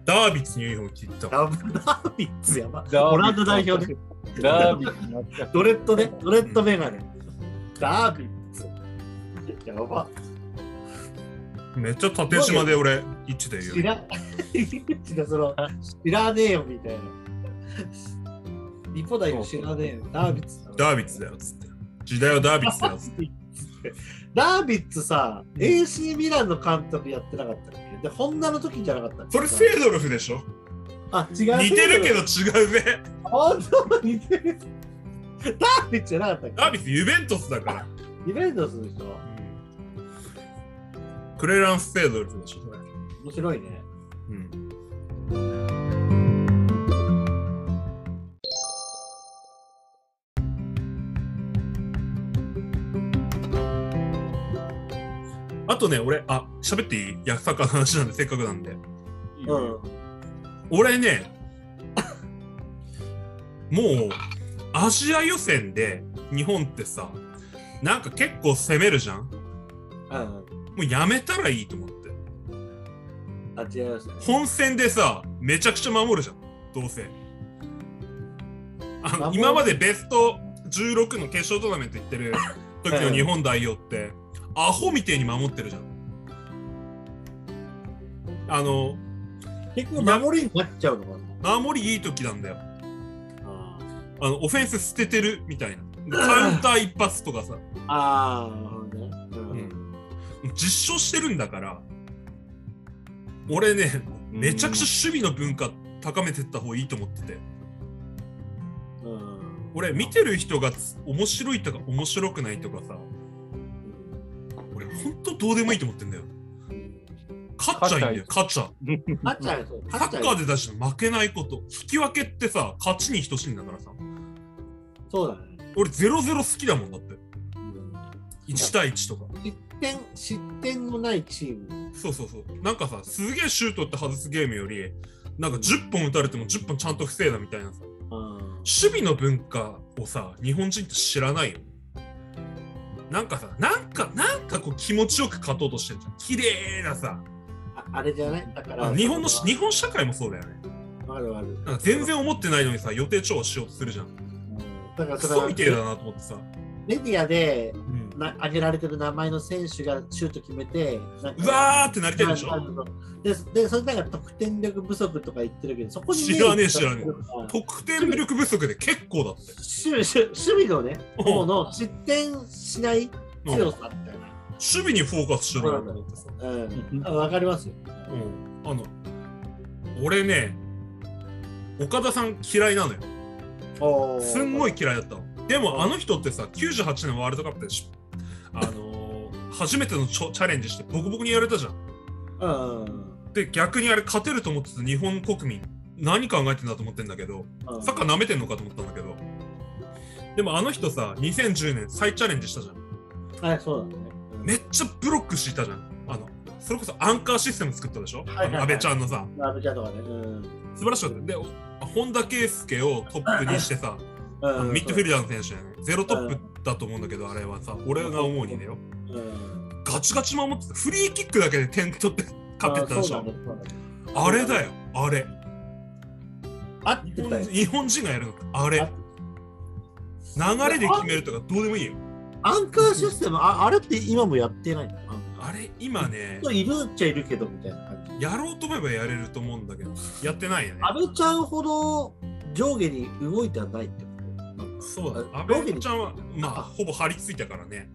Speaker 2: ダービッツのユニフォーム着てた。
Speaker 1: ダブダービッツやば。オランダ代表ね。
Speaker 3: ダービーになっちゃう
Speaker 1: ドレッドね。ドレッドメガネ。ダービッツ。やば。
Speaker 2: めっちゃ縦島で俺、行ってたよ。ユニフォーム
Speaker 1: 知ら、知 らその、知らねえよみたいな。日本代表知らねえよ。ダービッツだろ。
Speaker 2: ダービッツだよっつって。時代はダービッツだよっつって。
Speaker 1: ダービッツさ、AC ミランの監督やってなかったっけで、ホンダの時じゃなかったっけ
Speaker 2: それセードルフでしょ
Speaker 1: あ、違う。
Speaker 2: 似てるけど。違うね。
Speaker 1: 本当似てる。ダービッツじゃなかったっけ
Speaker 2: ダービッツユベントスだから。
Speaker 1: リベンドスでしょ
Speaker 2: クレランス・セードルフでしょそれ
Speaker 1: 面白いね。
Speaker 2: うん。あとね、俺、あ、喋っていい役作家の話なんで、せっかくなんで。
Speaker 3: い
Speaker 1: う
Speaker 3: い
Speaker 1: ん
Speaker 3: よ。
Speaker 2: 俺ね、 もうアジア予選で日本ってさなんか結構攻めるじゃんも
Speaker 1: うん。
Speaker 2: うやめたらいいと思って
Speaker 1: あ、違いますね。
Speaker 2: 本戦でさめちゃくちゃ守るじゃんどうせあの
Speaker 1: 守る
Speaker 2: 今までベスト16の決勝トーナメント行っ てる時の日本代表ってアホみてえに守ってるじゃんあの
Speaker 1: 結局、守りになっちゃうのかな。
Speaker 2: 守りいい時なんだよ
Speaker 1: あ
Speaker 2: あのオフェンス捨ててるみたいなカウンター一発とかさ
Speaker 1: ーあー、なるほどね。うん。
Speaker 2: 実証してるんだから俺ねめちゃくちゃ守備の文化高めてった方がいいと思ってて
Speaker 1: うん、
Speaker 2: 俺見てる人がつ面白いとか面白くないとかさ俺ほんとどうでもいいと思ってんだよ勝っちゃいいんだよ勝っちゃう
Speaker 1: 勝っちゃう。そう
Speaker 2: サッ
Speaker 1: 勝っちゃう
Speaker 2: カーで出して負けないこと引き分けってさ勝ちに等しいんだからさ
Speaker 1: そうだね。
Speaker 2: 俺0-0好きだもんだって
Speaker 1: うん
Speaker 2: 1対1とか
Speaker 1: 失点、失点のないチーム。
Speaker 2: そうそうそうなんかさすげえシュートって外すゲームよりなんか10本打たれても10本ちゃんと防いだみたいなさ
Speaker 1: うん
Speaker 2: 守備の文化をさ日本人って知らないよなんかさなんかなんかこう気持ちよく勝とうとしてるじゃん綺麗なさ
Speaker 1: ああれじゃないだから、
Speaker 2: あ日本の
Speaker 1: それ
Speaker 2: 日本社会もそうだよね
Speaker 1: はあるある。
Speaker 2: なんか全然思ってないのにさ予定調和しようとするじゃん
Speaker 1: うんだから
Speaker 2: ク
Speaker 1: それ
Speaker 2: ソ
Speaker 1: は
Speaker 2: みてえだなと思ってさ、
Speaker 1: メディアで
Speaker 2: うん
Speaker 1: な挙げられてる名前の選手がシュート決めて、なんか
Speaker 2: うわーってなりたいでしょ
Speaker 1: あのでで、それなんか得点力不足とか言ってるけど、そこに
Speaker 2: 知らねえ知らねえ
Speaker 1: 守備
Speaker 2: 得点力不足で結構だって
Speaker 1: 守守備のね、
Speaker 2: うん
Speaker 1: 方の失点しない
Speaker 2: うん
Speaker 1: 強さみたいな。
Speaker 2: 守備にフォーカスしてるなと思ってさ
Speaker 1: うん、あわかりますよ。
Speaker 2: うん、あの俺ね岡田さん嫌いなのよ
Speaker 1: おー
Speaker 2: すんごい。嫌いだったのでもあの人ってさ98年ワールドカップでしあのー初めてのチョチャレンジしてボコボコにやられたじゃん
Speaker 1: うんうんうん。
Speaker 2: で逆にあれ勝てると思ってた日本国民何考えてんだと思ってんだけどサッカー舐めてんのかと思ったんだけどでもあの人さ2010年再チャレンジしたじゃん
Speaker 1: はい、そうだね。
Speaker 2: めっちゃブロックしていたじゃんあのそれこそアンカーシステム作ったでしょ
Speaker 1: はいはいはい
Speaker 2: 阿部ちゃんのさ
Speaker 1: ラブチャとかね。うん。
Speaker 2: 素晴らしかったでお本田圭佑をトップにしてさあのミッドフ
Speaker 1: ル
Speaker 2: ィルダーの選手だよね。ゼロトップだと思うんだけど、あれはさ、俺が思うにねよ。
Speaker 1: ダー。うん。
Speaker 2: ガチガチ守ってた。フリーキックだけで点取って勝ってったでし
Speaker 1: あ
Speaker 2: ょ
Speaker 1: ー。そうだねそうだね
Speaker 2: あれだよ、あれ。
Speaker 1: 合って
Speaker 2: 日
Speaker 1: た
Speaker 2: 本
Speaker 1: よ
Speaker 2: 人。日本人がやるのあれ
Speaker 1: あ。
Speaker 2: 流れで決めるとかどうでもいいよ。
Speaker 1: アンカーシステム、ああれって今もやってないのアンカー
Speaker 2: あれ、今ね、
Speaker 1: いるっちゃいるけどみたいな感じ。
Speaker 2: やろうと思えばやれると思うんだけど、やってないよね。
Speaker 1: 安倍ちゃんほど上下に動いてはないってこ
Speaker 2: そうだ、
Speaker 1: あ
Speaker 2: 阿部ちゃんは、まあ、ほぼ張り付いたからね。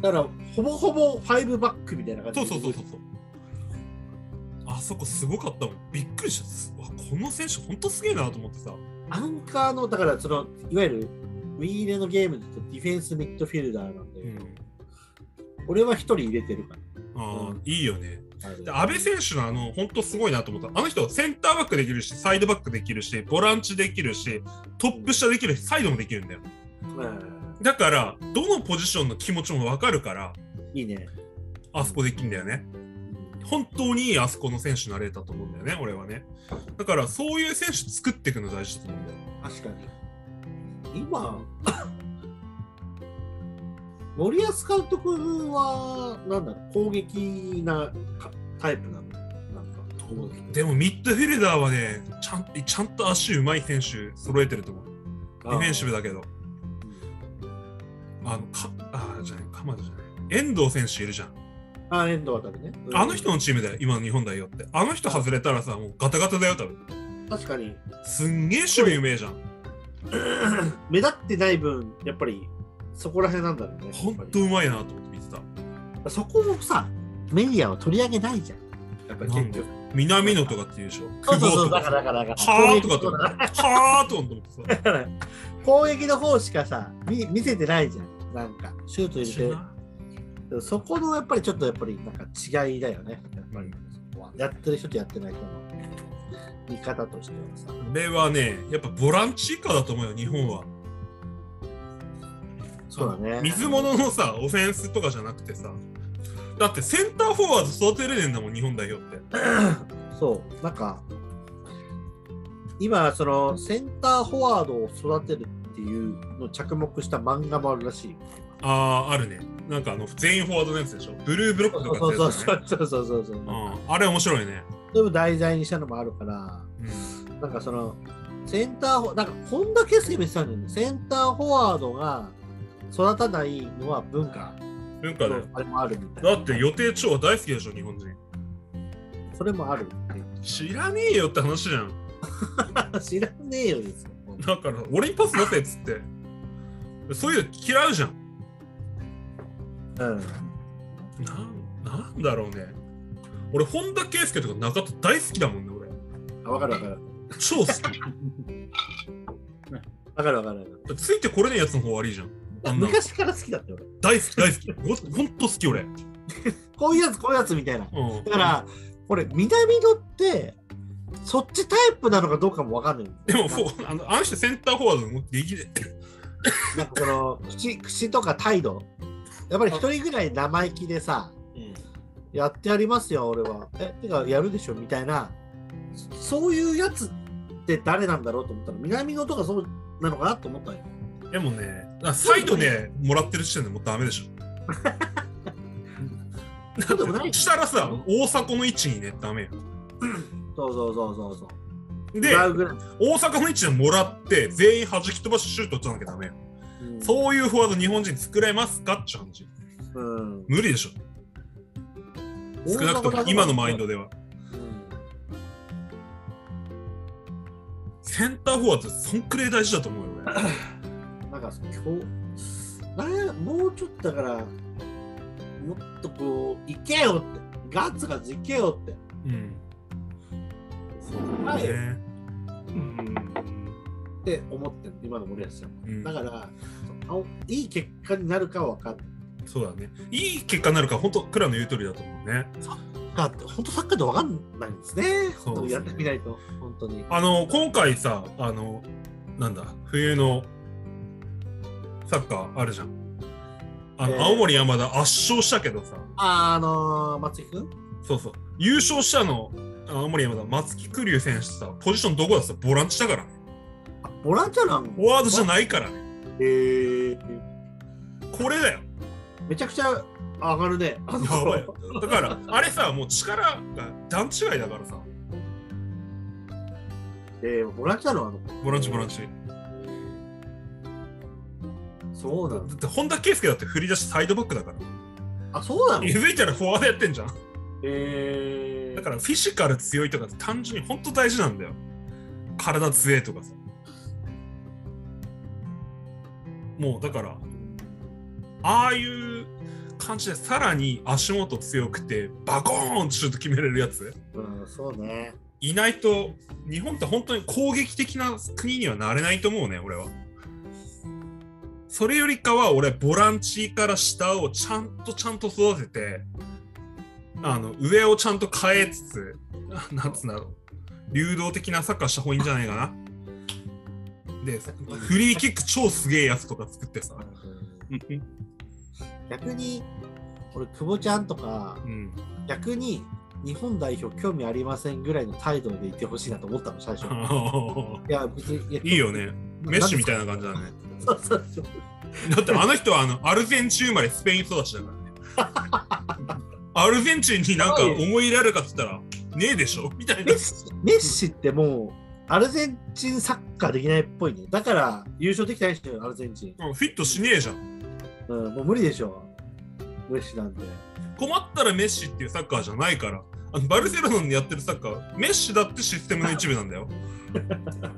Speaker 1: とだからほぼほぼファイブバックみたいな感じ
Speaker 2: そう
Speaker 1: で
Speaker 2: そうそうそうそう。あそこすごかったもん。びっくりしたす。わこの選手、ほんとすげえなと思ってさ。
Speaker 1: アンカーのだからそのいわゆるウィーレのゲームで言うとディフェンスミッドフィルダーなんで、
Speaker 2: うん
Speaker 1: 俺は一人入れてるか
Speaker 2: ああ、
Speaker 1: うん
Speaker 2: いいよね。
Speaker 1: ら
Speaker 2: で安倍選手のあの、本当すごいなと思った。あの人、センターバックできるし、サイドバックできるし、ボランチできるし、トップ下できるし、サイドもできるんだよ。
Speaker 1: うん
Speaker 2: だから、どのポジションの気持ちもわかるから、
Speaker 1: いいね
Speaker 2: あそこできるんだよね。本当にいいあそこの選手になれたと思うんだよね、俺はね。だから、そういう選手作っていくの大事だと思うんだよ。
Speaker 1: 確かに今 森保監督はなんだろう攻撃なかタイプなのなんか
Speaker 2: でも、ミッドフィルダーはね、ちゃんちゃんと足うまい選手揃えてると思う。ディフェンシブだけど。あの、か、あ、じゃない、鎌田じゃない。遠藤選手いるじゃん。
Speaker 1: あー、遠藤渡ね。うん
Speaker 2: あの人のチームだよ、今の日本代表って。あの人外れたらさ、もうガタガタだよ、多分。
Speaker 1: 確かに、
Speaker 2: すんげえ守備うめえじゃん。
Speaker 1: 目立ってない分、やっぱり、そこら辺なんだろうね。
Speaker 2: ほんとうまいなと思って見てた。
Speaker 1: そこもさ、メディアは取り上げないじゃん。やっぱ
Speaker 2: なんで南野とかっていうでしょ。
Speaker 1: そうそう そう、だ
Speaker 2: 久
Speaker 1: か
Speaker 2: 保
Speaker 1: ら
Speaker 2: と
Speaker 1: だからだから。
Speaker 2: はぁとかって
Speaker 1: 攻撃
Speaker 2: 思
Speaker 1: の方
Speaker 2: っ
Speaker 1: だ
Speaker 2: て。はぁと思ってさ。
Speaker 1: から攻撃の方しかさ、見見せてないじゃん。なんか、シュート入れてでもそこのやっぱりちょっとやっぱりなんか違いだよね。やっぱりそこはやってる人とやってない人の見方としてはさ。
Speaker 2: これはね、やっぱボランチ以下だと思うよ、日本は。
Speaker 1: そうだね。
Speaker 2: 水物のさ、オフェンスとかじゃなくてさ。だってセンターフォワード育てれねえんだもん、日本代表って。
Speaker 1: そう、なんか、今そのセンターフォワードを育てるっていうのを着目した漫画もあるらしい。
Speaker 2: ああ、あるね。なんかあの全員フォワードのやつでしょ。ブルーブロックとか
Speaker 1: そ
Speaker 2: っ
Speaker 1: う
Speaker 2: て
Speaker 1: そう
Speaker 2: やつ
Speaker 1: そ
Speaker 2: だよね
Speaker 1: うそうそうそうそう。
Speaker 2: うんあれ面白いね。
Speaker 1: そういうの題材にしたのもあるから、
Speaker 2: うん
Speaker 1: なんかそのセンターフォなんか本田圭佑も言ってたんだよね。センターフォワードが育たないのは文化
Speaker 2: 文化
Speaker 1: の
Speaker 2: で。
Speaker 1: あれもあるみたいな。
Speaker 2: だって予定調和大好きでしょ、日本人。
Speaker 1: それもあるっていう。
Speaker 2: 知らねえよって話じゃん。
Speaker 1: 知らねえよですよ。
Speaker 2: だから、俺にパス出せっつって。そういうの嫌うじゃん。
Speaker 1: うん。
Speaker 2: なんなんだろうね。俺、本田圭佑とか中田大好きだもんね、俺。
Speaker 1: あわかるわかる。
Speaker 2: 超好き。
Speaker 1: わかるわかる。
Speaker 2: ついてこれねえやつの方が悪いじゃん。あんなの
Speaker 1: 昔から好きだったよ。俺
Speaker 2: 大好き、大好き。ほんほんと好き、俺。うん。
Speaker 1: こういうやつ、こういうやつみたいな。だから、俺、南野って、そっちタイプなのかどうかもわかんない。
Speaker 2: でもフォーあの、あの人センターフォワードもできる。
Speaker 1: なんかその、 口、口とか態度。やっぱり一人ぐらい生意気でさ、やってやりますよ、俺は。え、てか、やるでしょ、みたいな。そういうやつって誰なんだろうと思ったら、南野とかそうなのかなと思ったよ。
Speaker 2: でもね、あサイドね、もらってる時点でもうダメでしょ。
Speaker 1: そうでもない
Speaker 2: したらさ、大迫の位置にね、ダメよ。
Speaker 1: そうそうそうそうそう。
Speaker 2: で、
Speaker 1: 奪うぐらい。
Speaker 2: 大阪の位置でもらって、全員弾き飛ばしてシュート打たなきゃダメよ。
Speaker 1: うん
Speaker 2: そういうフォワード日本人作れますかって感じ。
Speaker 1: うん。
Speaker 2: 無理でしょ。少なくとも今のマインドでは。
Speaker 1: うん。
Speaker 2: センターフォワード、そんくらい大事だと思うよ、俺。
Speaker 1: なんか今日なんやもうちょっとだからもっとこう行けよってガツガツ行けよって
Speaker 2: うん。そう
Speaker 1: はいっ
Speaker 2: ね。
Speaker 3: うん
Speaker 1: て思ってる今の森保さん
Speaker 2: うん
Speaker 1: だからそうあいい結果になるかは分かんない
Speaker 2: そうだね。いい結果になるから、本当クラの言う通りだと思うね。
Speaker 1: だって本当サッカーって分かんないんですね
Speaker 2: そう
Speaker 1: 本当にやってみないと本当に
Speaker 2: あの、今回さ、あの、なんだ、冬のサッカーあるじゃん。あの、
Speaker 1: ええ
Speaker 2: 青森山田圧勝したけどさ、
Speaker 1: あーあのー、松井君
Speaker 2: そうそう、優勝したの、青森山田、松木玖生選手さ、ポジションどこだっつったらボランチだからね。
Speaker 1: あボランティアなの
Speaker 2: フォワードじゃないからね。
Speaker 1: へー
Speaker 2: これだよ。
Speaker 1: めちゃくちゃ上がるねあの
Speaker 2: やばいよ。だから、あれさ、もう力が段違いだからさ、
Speaker 1: えーボランティアなのあの
Speaker 2: ボランチ、ボランチ。
Speaker 1: そうな
Speaker 2: だ
Speaker 1: の
Speaker 2: って、本田圭佑だって振り出しサイドバックだから。
Speaker 1: あそうなの
Speaker 2: 気づいたらフォワードやってんじゃん。
Speaker 1: えー
Speaker 2: だからフィジカル強いとかって単純に本当大事なんだよ。体強いとかさ。もうだから、ああいう感じでさらに足元強くてバコーンってシュート決めれるやつ
Speaker 1: うん、そうね。
Speaker 2: いないと日本って本当に攻撃的な国にはなれないと思うね、俺は。それよりかは俺ボランチから下をちゃんとちゃんと育ててあの上をちゃんと変えつつ あなんつうんだろう流動的なサッカーした方がいいんじゃないかなでフリーキック超すげえやつとか作ってさ、
Speaker 1: 逆に、俺、久保ちゃんとか、
Speaker 2: うん、
Speaker 1: 逆に、日本代表興味ありませんぐらいの態度でいてほしいなと思ったの、最初。いや、別に。や
Speaker 2: いいよねメッシみたいな感じだね。
Speaker 1: そうそうそう。
Speaker 2: だってあの人はあのアルゼンチン生まれスペイン育ちだからね。 アルゼンチンになんか思い入れあるかって言ったらねえでしょみたい
Speaker 1: メ
Speaker 2: な
Speaker 1: ッ。シメッシってもう、アルゼンチンサッカーできないっぽいね。だから、優勝できてないでしょ、アルゼンチン。
Speaker 2: うんフィットしねえじゃん。
Speaker 1: うん、もう無理でしょ。メッシなんて。
Speaker 2: 困ったらメッシっていうサッカーじゃないから。あのバルセロナでやってるサッカー、メッシだってシステムの一部なんだよ。だから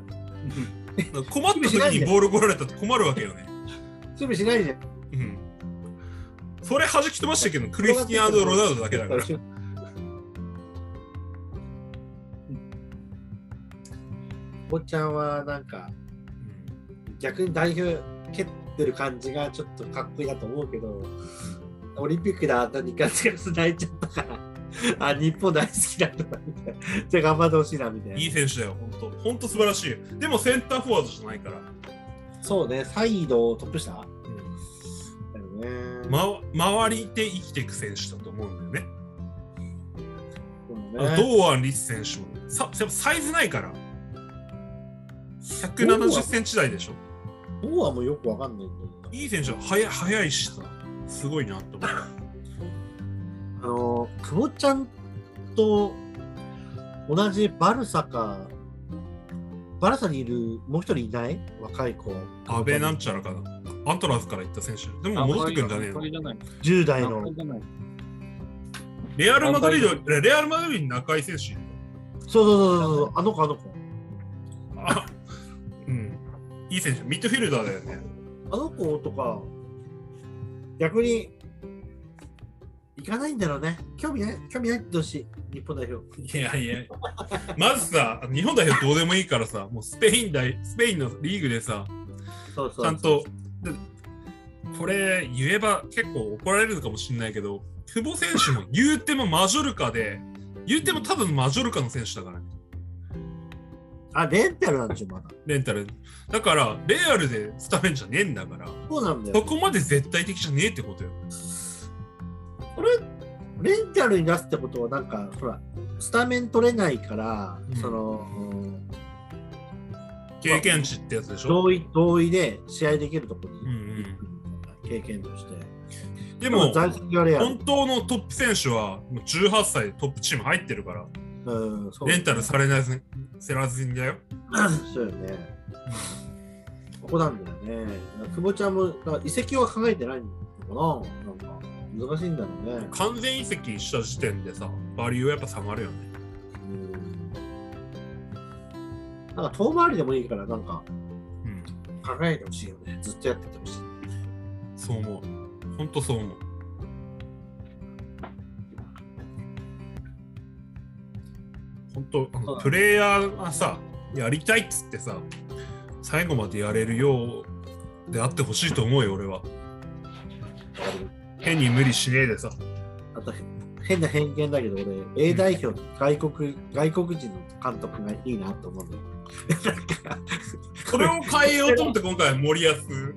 Speaker 2: 困った時にボール来られたって困るわけよね。
Speaker 1: 準備しないじゃん。
Speaker 2: うん。それ弾き飛ばしてけど、クリスティアード・ロナウドだけだから。
Speaker 1: 久保ちゃんは、なんか、
Speaker 2: うん
Speaker 1: 逆に代表蹴ってる感じがちょっとかっこいいなと思うけど、オリンピックであんなにガツガツ泣いちゃったから、あ、日本大好きなんだな、みたいな。じゃあ頑張ってほしいな、みたい
Speaker 2: いい
Speaker 1: な。
Speaker 2: 選手だよ、本当本当素晴らしい。でもセンターフォワードじゃないから。
Speaker 1: そうね、サイドをトップしただよね。
Speaker 2: ま、周りで生きていく選手だと思うんだよね。
Speaker 1: そう
Speaker 2: あの
Speaker 1: ね
Speaker 2: 堂安律選手もさやっぱサイズないから、 170センチ台でしょ。
Speaker 1: ボーアもよくわかんないんだけど
Speaker 2: いい選手は速い速いしさ、すごいなと思う。
Speaker 1: な、あのー、久保ちゃんと同じバルサか、バルサにいるもう一人いない若い子。
Speaker 2: 安倍なんちゃらかな。アントラーズから行った選手。でも戻ってくんじゃねえ
Speaker 3: そ
Speaker 2: の
Speaker 3: れ。じゃない。
Speaker 1: 10代
Speaker 3: そ
Speaker 1: の
Speaker 3: れ。じゃない。
Speaker 2: レアル・マドリード、レアル・マドリードに中井選手いる
Speaker 1: そうそうそうそう、あの子あの子。
Speaker 2: のあうん。いい選手、ミッドフィルダーだよね。
Speaker 1: あの子とか、逆に、行かないんだろうね。興味ない、興味ないってほしい、日本代表。
Speaker 2: いやいや、まずさ、日本代表どうでもいいからさ、もうスペイン代、スペインのリーグでさ、
Speaker 1: そうそう。
Speaker 2: ちゃんと、でこれ言えば結構怒られるのかもしれないけど、久保選手も言うてもマジョルカで、言うてもただのマジョルカの選手だからね、
Speaker 1: あ、レンタルなんでしょ、まだ。
Speaker 2: レンタル。だから、レアルでスタメンじゃねえんだから、
Speaker 1: そうなんだ
Speaker 2: そ
Speaker 1: よ。
Speaker 2: こまで絶対的じゃねえってことよ。
Speaker 1: レンタルに出すってことは、なんか、ほら、スタメン取れないから、
Speaker 2: うん
Speaker 1: その、うん
Speaker 2: 経験値ってやつでしょ。
Speaker 1: 同意、同意で試合できるところに
Speaker 2: うん
Speaker 1: 行くみたいな経験として。で
Speaker 2: でも、
Speaker 1: 在籍はレア
Speaker 2: 本
Speaker 1: ル。
Speaker 2: 当のトップ選手はもう18歳でトップチーム入ってるから、
Speaker 1: うん、そう
Speaker 2: レンタルされないせせらずにだよ。
Speaker 1: そうよね。ここなんだよね。久保ちゃんも、だから移籍は考えてないのかななんか、難しいんだろうね。
Speaker 2: 完全移籍した時点でさ、バリューやっぱ下がるよね。
Speaker 1: うん。なんか遠回りでもいいから、なんか
Speaker 2: うん、
Speaker 1: 考えてほしいよね。ずっとやっててほしい。
Speaker 2: そう思う。本当そう思う。本当あ
Speaker 3: そう
Speaker 2: の
Speaker 3: だね
Speaker 2: プレイヤーがさ、やりたいっつってさ、最後までやれるようであってほしいと思うよ、俺は。変に無理しねえでさ。
Speaker 1: あと、変な偏見だけど、俺、A 代表、外国、外国人の監督がいいなと思うのよ。
Speaker 2: それを変えようと思って今回森保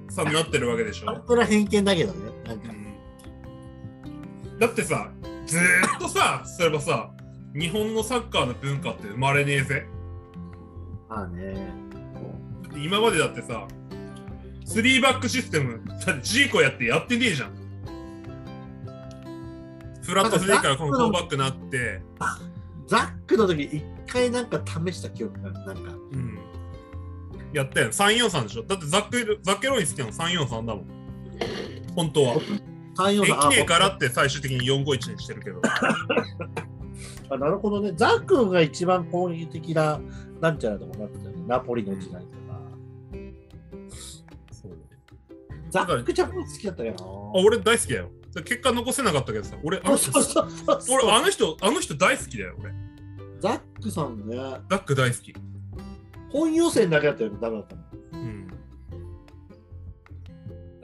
Speaker 2: さんになってるわけでしょ。
Speaker 1: それは偏見だけどね。なんか、
Speaker 2: だってさ、ずーっとさ、そういえばさ、日本のサッカーの文化って生まれねえぜ。
Speaker 1: まあね。
Speaker 2: 今までだってさ、3バックシステム、だってジーコやってやってねえじゃん。フラット3からこの4バックになって、
Speaker 1: ザックの時、一回なんか試した記憶がある。なんか、
Speaker 2: うん。やったよ。343でしょ。だってザックザッケロイン好きなの343だもん。本当は。
Speaker 1: 3、
Speaker 2: で
Speaker 1: 4、
Speaker 2: きねえ
Speaker 1: 3、
Speaker 2: からって最終的に451にしてるけど。
Speaker 1: あ、なるほどね。ザックが一番攻撃的な、なんちゃらとかなってたよね。ナポリの時代とか。
Speaker 2: そう
Speaker 1: ザック・ジャパン好きだったよな。
Speaker 2: あ俺大好きだよ。で結果残せなかったけどさ、俺、あの人
Speaker 1: そうそうそうそう。
Speaker 2: 俺あの人、あの人大好きだよ、俺。
Speaker 1: ザックさんね、
Speaker 2: ダック大好き。
Speaker 1: 本予選だけだったよね、ダメだったの。
Speaker 2: うん。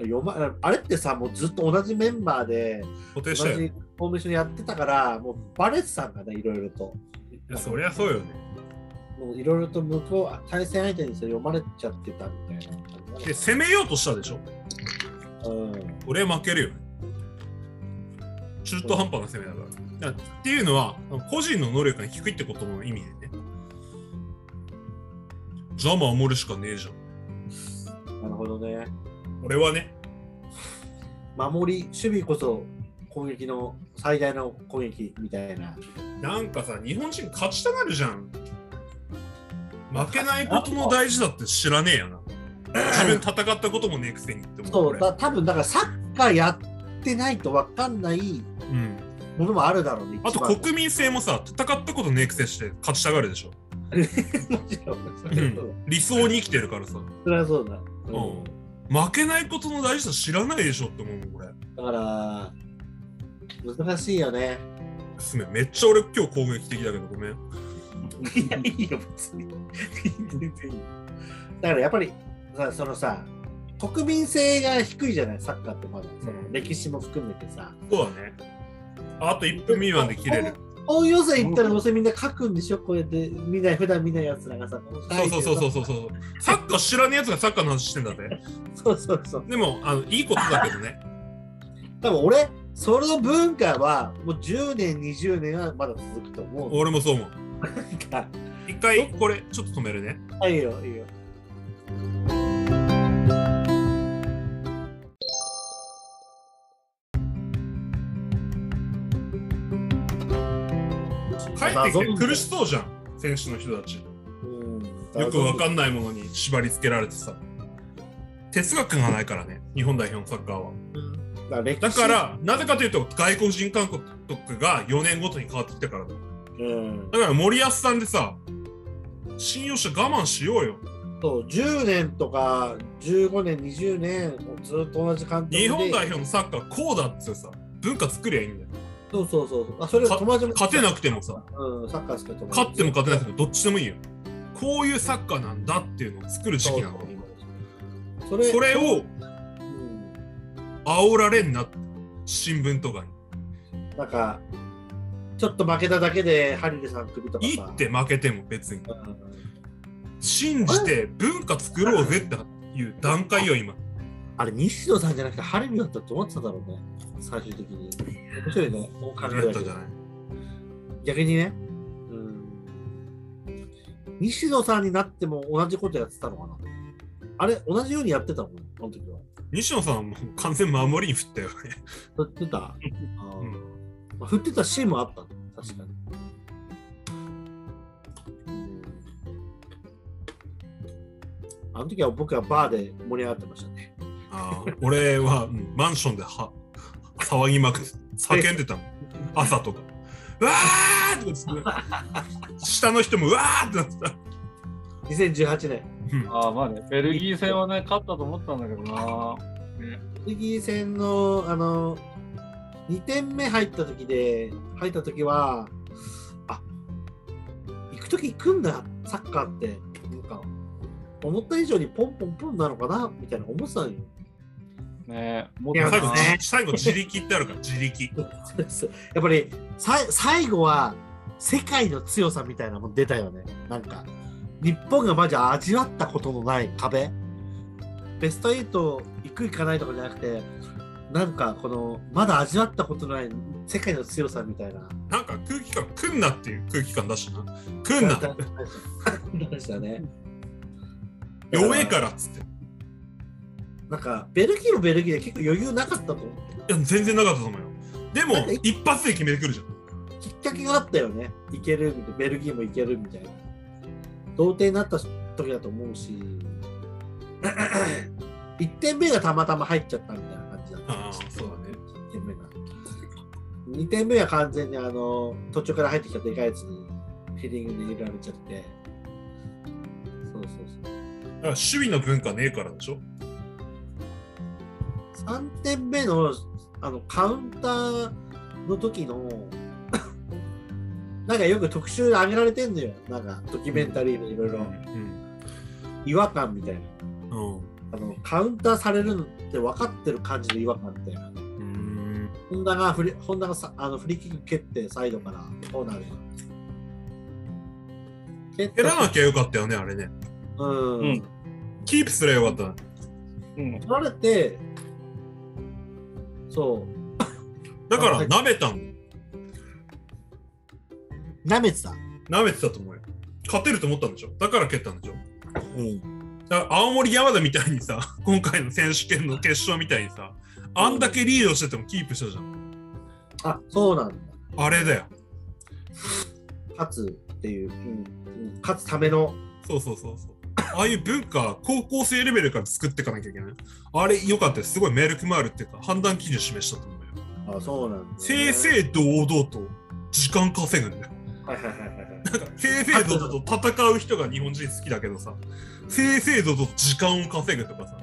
Speaker 1: 読まあれってさ、もうずっと同じメンバーで、
Speaker 2: 固
Speaker 1: 同
Speaker 2: 定
Speaker 1: じ
Speaker 2: し
Speaker 1: フ
Speaker 2: たよ。い
Speaker 1: ォーメーションやってたから、もうバレてたんだね、いろいろと。
Speaker 2: や、そりゃそうよね。
Speaker 1: もういろいろと向こう、対戦相手にそれ読まれちゃってたみたいな感じ
Speaker 2: で、攻めようとしたでしょ。
Speaker 1: だね。うん
Speaker 2: 俺は負けるよね。中途半端な攻めだから。だっていうのは、個人の能力が低いってことの意味でね。じゃあ守るしかねえじゃん。
Speaker 1: なるほどね。
Speaker 2: 俺はね。
Speaker 1: 守り、守備こそ攻撃の最大の攻撃みたいな。
Speaker 2: なんかさ、日本人勝ちたがるじゃん。負けないことの大事だって知らねえよな。自分戦ったこともねえくせにって思う。
Speaker 1: そう、
Speaker 2: 俺
Speaker 1: だ多分だからサッカーやってないと分かんない
Speaker 2: うん。
Speaker 1: ものもあるだろうね。
Speaker 2: あと国民性もさ、戦ったことねえくせして勝ちたがるでしょ。、
Speaker 1: 民もちろん。そうれはそうん
Speaker 2: 理想に生きてるからさ。う
Speaker 1: それはそうだ。うん
Speaker 2: ん。負けないことの大事さ知らないでしょって思うもん、俺。
Speaker 1: だから、難しいよね。
Speaker 2: すめん、めっちゃ俺今日攻撃的だけど、ごめん。
Speaker 1: いや、いいよ、別に。全然いいよだからやっぱりさ、そのさ、国民性が低いじゃない、サッカーってまだ。その歴史も含めてさ。
Speaker 2: そうだね。あと1分未満で切れる。
Speaker 1: 本予選行ったらどうせみんな書くんでしょ、こうやって見ない、普段見ないやつらがさ。
Speaker 2: そうそうそうそう
Speaker 1: う。
Speaker 2: そう。サッカー知らねえやつがサッカーの話してんだぜ。
Speaker 1: そうそうそう。
Speaker 2: でも、あのいいことだけど ね。
Speaker 1: 多分俺、その文化はもう10年、20年はまだ続くと思う。
Speaker 2: 俺もそう思う。
Speaker 1: か
Speaker 2: 一回これちょっと止めるね。
Speaker 1: ら。いいよ、いいよ。
Speaker 2: 帰ってきて苦しそうじゃん、選手の人たち。
Speaker 1: うん
Speaker 2: よくわかんないものに縛り付けられてさ。哲学がないからね、日本代表のサッカーは。
Speaker 1: だ歴史
Speaker 2: だから、なぜかというと、外国人監督が4年ごとに変わってきたからだ。
Speaker 1: うん、
Speaker 2: だから森保さんでさ、信用して我慢しようよ。
Speaker 1: そう10年とか15年20年ずっと同じ監督で
Speaker 2: 日本代表のサッカーこうだっつってさ、文化作りゃいいんだよ。
Speaker 1: そうそうそうあそれ
Speaker 2: か
Speaker 1: 友達も
Speaker 2: 勝てなくてもさ、
Speaker 1: うん、サッカーしか友達
Speaker 2: 勝っても勝てなくてもどっちでもいいよ。こういうサッカーなんだっていうのを作る時期なの。
Speaker 1: それ
Speaker 2: それを
Speaker 1: うん
Speaker 2: 煽られんなって新聞とか
Speaker 1: なんかちょっと負けただけでハリルさん首とかさ
Speaker 2: にいいって負けても別に
Speaker 1: うん
Speaker 2: 信じて文化作ろうぜっていう段階よ今
Speaker 1: あれ西野さんじゃなくてハリルだったと思ってただろうね最終的に面白いねこう考え
Speaker 2: や
Speaker 1: る
Speaker 2: っ
Speaker 1: と
Speaker 2: たじゃない
Speaker 1: 逆にね、うん、西野さんになっても同じことやってたのかなあれ同じようにやってたもんあの時は
Speaker 2: 西野さんはもう完全守りに振ったよね
Speaker 1: 振ってた、あー
Speaker 2: うん
Speaker 1: まあ、振ってたシーンもあった確かに、あの時は僕はバーで盛り上がってましたね
Speaker 2: あー俺は、うんマンションでは騒ぎまくって叫んでたもん朝とかうわーとか言って下の人もうわーってなってた、
Speaker 1: 2018年
Speaker 2: うん
Speaker 3: ああ、まあね、ベルギー戦はね、勝ったと思ったんだけどな。
Speaker 1: ベルギー戦のあの2点目入った時で入った時はあ行く時行くんだサッカーってなんか思った以上にポンポンポンなのかなみたいな思ってたのよ。
Speaker 3: ねもっ
Speaker 1: いや
Speaker 2: 最
Speaker 1: そ
Speaker 2: 後
Speaker 1: うね
Speaker 2: じ最後自力ってあるから自力
Speaker 1: そうですやっぱりさ最後は世界の強さみたいなもん出たよね。なんか日本がまず味わったことのない壁。ベスト8行く行かないとかじゃなくて、なんかこのまだ味わったことのない世界の強さみたいな。
Speaker 2: なんか空気感来んなっていう空気感だしな来ん な
Speaker 1: でしたね。
Speaker 2: 弱えからっつってい
Speaker 1: なんかベルギーもベルギーで結構余裕なかったと思う。
Speaker 2: や全然なかったと思うよでも
Speaker 1: なんか
Speaker 2: 一発で決めてくるじゃん
Speaker 1: きっかけがあったよね。いけるみたいな、ベルギーもいけるみたいな。同点になった時だと思うし、1点目がたまたま入っちゃったみたいな感じだった。
Speaker 2: ああそうだね
Speaker 1: 1点目が。2点目は完全にあの途中から入ってきたでかいやつにフィーリングで入れられちゃって。そうそうそう。
Speaker 2: だから守備の文化ねえからでしょ
Speaker 1: 3点目のあのカウンターの時のなんかよく特集で挙げられてんのよなんかドキュメンタリーでいろいろ
Speaker 2: うん、
Speaker 1: 違和感みたいな
Speaker 2: うん
Speaker 1: あのカウンターされるのって分かってる感じの違和感みたいな
Speaker 2: うん
Speaker 1: 本田がフリ本田がさあのフリーキック蹴ってサイドからコーナーで蹴った
Speaker 2: 蹴らなきゃよかったよねあれね
Speaker 1: うん、
Speaker 3: うん
Speaker 2: キープすればよかった
Speaker 3: うん。
Speaker 1: 取られてそう
Speaker 2: だから舐めたん
Speaker 1: 舐めてた、
Speaker 2: 舐めてたと思うよ勝てると思ったんでしょだから蹴ったんでしょ
Speaker 1: うん、
Speaker 2: だから青森山田みたいにさ 今回の選手権の決勝みたいにさあんだけリードしててもキープしたじゃん
Speaker 1: あそうなんだ
Speaker 2: あれだよ
Speaker 1: 勝つっていう、うんうん勝つための
Speaker 2: そうそうそうそうああいう文化高校生レベルから作っていかなきゃいけないあれ良かったですすごいメールクマールっていうか判断基準示したと思うよ
Speaker 1: あそうなんだ、ね、
Speaker 2: 正々堂々と時間稼ぐんだよ
Speaker 1: はいはいはいはいはい
Speaker 2: なんか正々堂々と戦う人が日本人好きだけどさ正々堂々と時間を稼ぐとかさ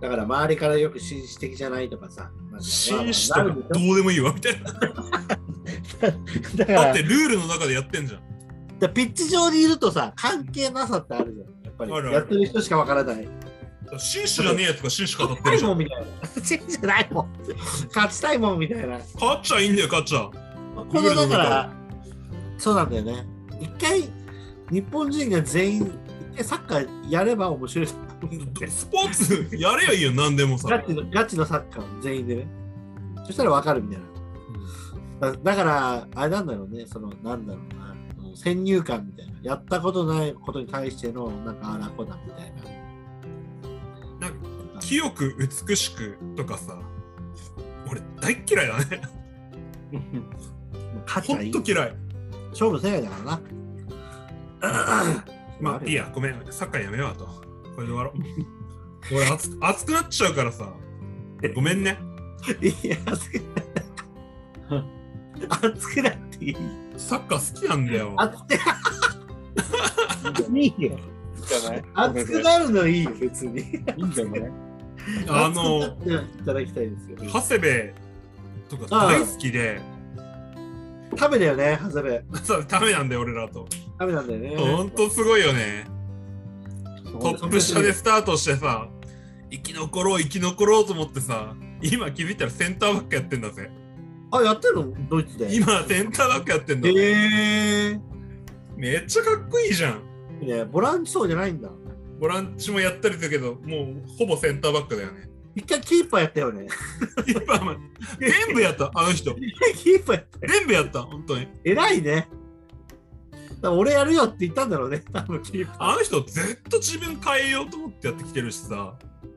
Speaker 1: だから周りからよく紳士的じゃないとかさなんか
Speaker 2: 紳士
Speaker 1: ま
Speaker 2: と
Speaker 1: あ
Speaker 2: か
Speaker 1: ま
Speaker 2: ど
Speaker 1: あ
Speaker 2: うでもいいわみたいな
Speaker 1: だか
Speaker 2: だっ
Speaker 1: ら
Speaker 2: てルールの中でやってんじゃん
Speaker 1: だからピッチ上にいるとさ関係なさってあるじゃんやっぱり
Speaker 2: あるある
Speaker 1: やってる人しかわからない
Speaker 2: 紳士じゃねえやつが紳士語って
Speaker 1: 勝ち
Speaker 2: る
Speaker 1: たい
Speaker 2: じゃ
Speaker 1: もん
Speaker 2: ん
Speaker 1: みたいな 勝ちじゃないもん勝ちたいもんみたいな
Speaker 2: 勝っちゃいいんだよ勝っちゃ
Speaker 1: このだからそうなんだよね一回日本人が全員一回サッカーやれば面白いと思うんだよ
Speaker 2: スポーツやればいいよ何でもさ
Speaker 1: ガチのガチのサッカー全員でねそしたらわかるみたいなだだからあれなんだろうねそのなんだろうな、うんの先入観みたいな、やったことないことに対しての、なんか、あらこだみたいな。
Speaker 2: なんか清く美しくとかさ俺大っ嫌いだね
Speaker 1: 勝ち
Speaker 2: ほ
Speaker 1: ゃい
Speaker 2: ん
Speaker 1: い
Speaker 2: と。嫌い
Speaker 1: 勝負せないだからな。
Speaker 2: まあいいやごめんサッカーやめようあとこれで終わろう俺熱熱くなっちゃうからさごめんね
Speaker 1: いや、熱くない。熱くなってい い。
Speaker 2: サッカー好きなんだよ
Speaker 1: 熱くないいよ。
Speaker 3: じゃない
Speaker 1: 熱くなるのいいよ、別に。
Speaker 3: いいんじゃない
Speaker 2: あ
Speaker 1: 熱
Speaker 2: の
Speaker 1: くなっていただきたいですよ。
Speaker 2: 長谷部とか大好きで
Speaker 1: 食べだよね、ハズレ。
Speaker 2: そうダメなんだよ俺らと
Speaker 1: 食べなんだよね。
Speaker 2: ほんとすごいよねトップ
Speaker 1: し
Speaker 2: 下でスタートしてさ生き残ろう生き残ろうと思ってさ今気づいたらセンターバックやってんだぜ
Speaker 1: あ、やってるのドイツで。
Speaker 2: 今センターバックやってんだぜ
Speaker 1: へえ
Speaker 2: めっちゃかっこいいじゃん。
Speaker 1: いいね、ボランチそうじゃないんだ。
Speaker 2: ボランチもやったりするけど、もうほぼセンターバックだよね。
Speaker 1: 一回キーパーやったよね。
Speaker 2: キーパーも全部やった、あの人。
Speaker 1: キーパーやった。
Speaker 2: 全部やった、本当に。
Speaker 1: 偉いね。だから俺やるよって言ったんだろうね、多分キーパ
Speaker 2: あの人、ずっと自分変えようと思ってやってきてるしさ。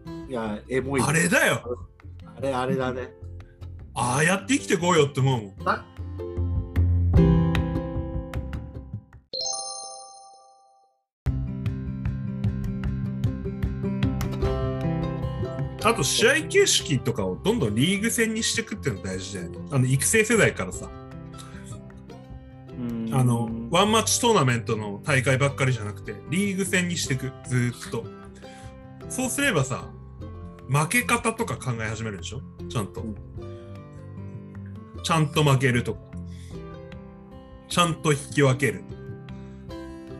Speaker 1: ー。いや、エモい。
Speaker 2: あれだよ。
Speaker 1: あれ、あれだね。
Speaker 2: ああやって生きてこうよって思うもん。あと試合形式とかをどんどんリーグ戦にしていくっていうのが大事だよね。あの育成世代からさ、あのワンマッチトーナメントの大会ばっかりじゃなくて、リーグ戦にしていく、ずーっと。そうすればさ、負け方とか考え始めるでしょちゃんと。
Speaker 1: うん
Speaker 2: ちゃんと負けるとか、ちゃんと引き分ける。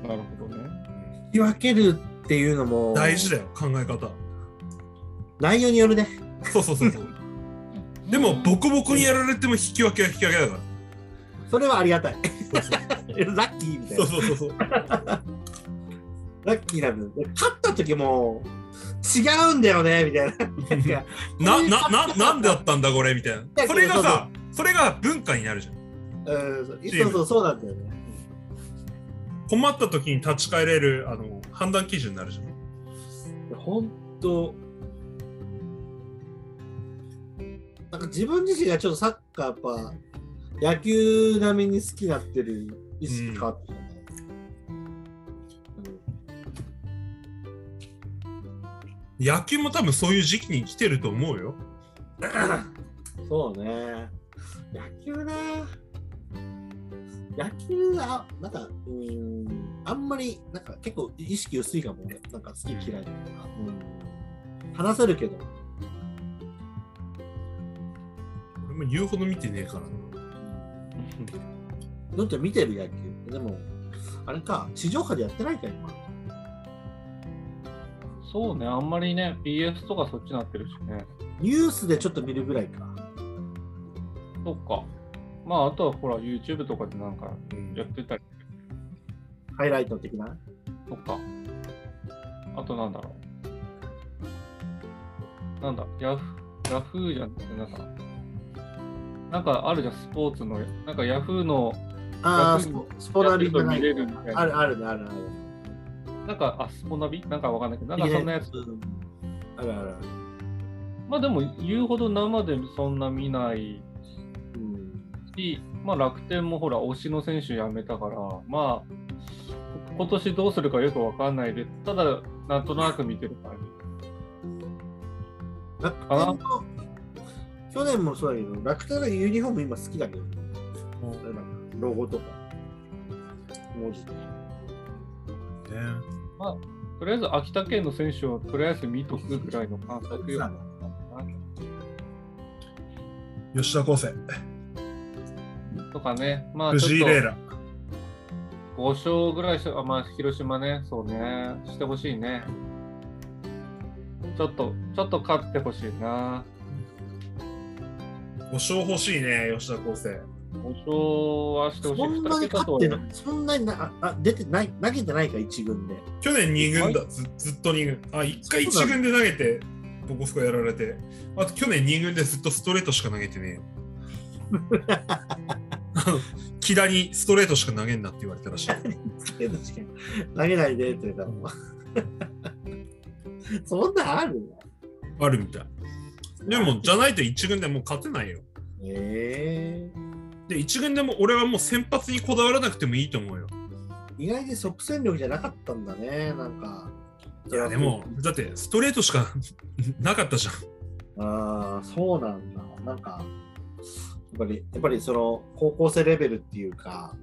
Speaker 3: なるほどね。
Speaker 1: 引き分けるっていうのも、
Speaker 2: 大事だよ、考え方。
Speaker 1: 内容によるね。
Speaker 2: そうそうそう そう。でも、ボコボコにやられても引き分けは引き分けだから。
Speaker 1: それはありがたい。 ラッキーみたい
Speaker 2: そう
Speaker 1: な。
Speaker 2: そうそうそう。
Speaker 1: ラッキーな分。勝った時も、違うんだよね、みたいな。なんか
Speaker 2: な、な、な、なんでだったんだこれみたいな。それがさ、それが文化になるじゃん。
Speaker 1: うんそう
Speaker 2: チー
Speaker 1: そ
Speaker 2: ム
Speaker 1: うそう、そうなんだよね。
Speaker 2: 困った時に立ち返れる、あの、判断基準になるじゃん。
Speaker 1: 本当なんか自分自身がちょっとサッカーやっぱ野球並みに好きになってる意識変わってきたね、
Speaker 2: 野球も多分そういう時期に来てると思うよ。
Speaker 1: うんそうね野球ね野球はなんかうーんあんまりなんか結構意識薄いかもねなんか好き嫌いとか、うん、話せるけど
Speaker 2: 俺も言うほど見てねえからな。
Speaker 1: のんちゃん見てる野球でもあれか地上波でやってないか今
Speaker 3: そうね、あんまりね、BS とかそっちなってるしね。
Speaker 1: ニュースでちょっと見るぐらいか。
Speaker 3: そっか。まあ、あとはほら、YouTube とかでなんかやってたり
Speaker 1: ハイライト的な。
Speaker 3: とか。あとなんだろう。なんだ、ヤフー、ヤフーじゃなくて、なんか、なんかあるじゃん、スポーツの。なんかヤフーの
Speaker 1: ああ、
Speaker 3: 逆
Speaker 1: ス
Speaker 3: に
Speaker 1: ポスポ
Speaker 3: や
Speaker 1: ナ
Speaker 3: って
Speaker 1: ビ
Speaker 3: る
Speaker 1: じゃ
Speaker 3: と
Speaker 1: ない
Speaker 3: 見。れるみたい
Speaker 1: あ
Speaker 3: な。
Speaker 1: るあるねあるある。
Speaker 3: なんか、あ、スポナビなんかわかんないけど、なんかそんなやつ。
Speaker 1: うんあるあるある。
Speaker 3: まあでも、言うほど生でそんな見ない
Speaker 1: うん
Speaker 3: し、まあ、楽天もほら、推しの選手辞めたから、まあ、今年どうするかよくわかんないで、ただ、なんとなく見てる感
Speaker 1: 楽天の去年もそうだけど、楽天のユニフォーム今好きだけど、なんかロゴとか、文字とか。
Speaker 2: ね、
Speaker 3: じ。とりあえず、秋田県の選手をとりあえず見とくぐらいの感覚よ。
Speaker 2: 吉田康生、
Speaker 3: とかね、まあ、
Speaker 2: 藤
Speaker 3: ち
Speaker 2: 井玲
Speaker 3: ょっ
Speaker 2: ラ
Speaker 3: と5勝ぐらいした、あまあ、広島ね、そうね、してほしいね。ちょっと、ちょっと勝ってほしいな。
Speaker 2: 5勝欲しいね、吉田康生。
Speaker 3: 5勝はしてほしい。
Speaker 1: そんなに
Speaker 3: 二桁
Speaker 1: 勝
Speaker 3: と
Speaker 1: っ
Speaker 3: は
Speaker 1: てない、そんなになああ出てない、投げてないか、一軍で。
Speaker 2: 去年2軍だ、ずずっと2軍。あ、1回1軍で投げて、ボコスコやられて。あと去年2軍でずっとストレートしか投げてねえよ。あの 木田にストレートしか投げんなって言われたらしい。
Speaker 1: けどしか投げないでって言ったらもう そんなんある
Speaker 2: あるみたい。でも、じゃないと一軍でもう勝てないよ。
Speaker 1: ええ
Speaker 2: で、一軍でも俺はもう先発にこだわらなくてもいいと思うよ。
Speaker 1: 意外に即戦力じゃなかったんだねなんか
Speaker 2: いや、でも、だってストレートしか なかったじゃん。
Speaker 1: ああそうなんだなんかやっぱりやっぱりその高校生レベルっていうか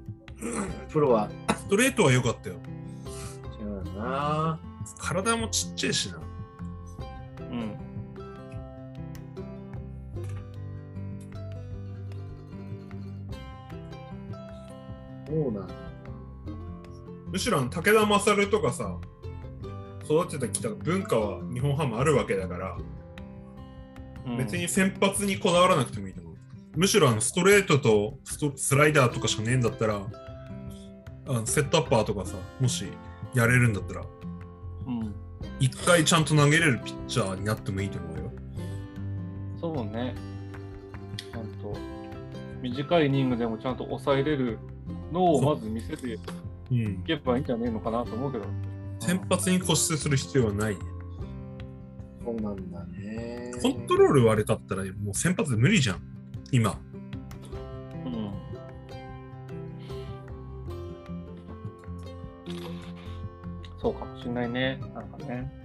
Speaker 1: プロは
Speaker 2: ストレートは良かったよ。
Speaker 1: 違うな
Speaker 2: 体もちっちゃいしな。
Speaker 3: うん。
Speaker 1: そうなんだ
Speaker 2: むしろあの武田勝とかさ、育ててきた文化は日本ハムあるわけだから、
Speaker 3: うん
Speaker 2: 別に先発にこだわらなくてもいいと思う。むしろあのストレートとストスライダーとかしかねえんだったら、あのセットアッパーとかさ、もしやれるんだったら、
Speaker 3: うん。
Speaker 2: 一回ちゃんと投げれるピッチャーになってもいいと思うよ。
Speaker 3: そうね。ちゃんと、短いイニングでもちゃんと抑えれるのをまず見せてい
Speaker 2: うん、
Speaker 3: けばいいんじゃねえのかなと思うけど。
Speaker 2: 先発に固執する必要はない。
Speaker 1: そうなんだね
Speaker 2: コントロール割れたったらもう先発で無理じゃん、今。
Speaker 3: うん。そうかもしんないね。なんかね。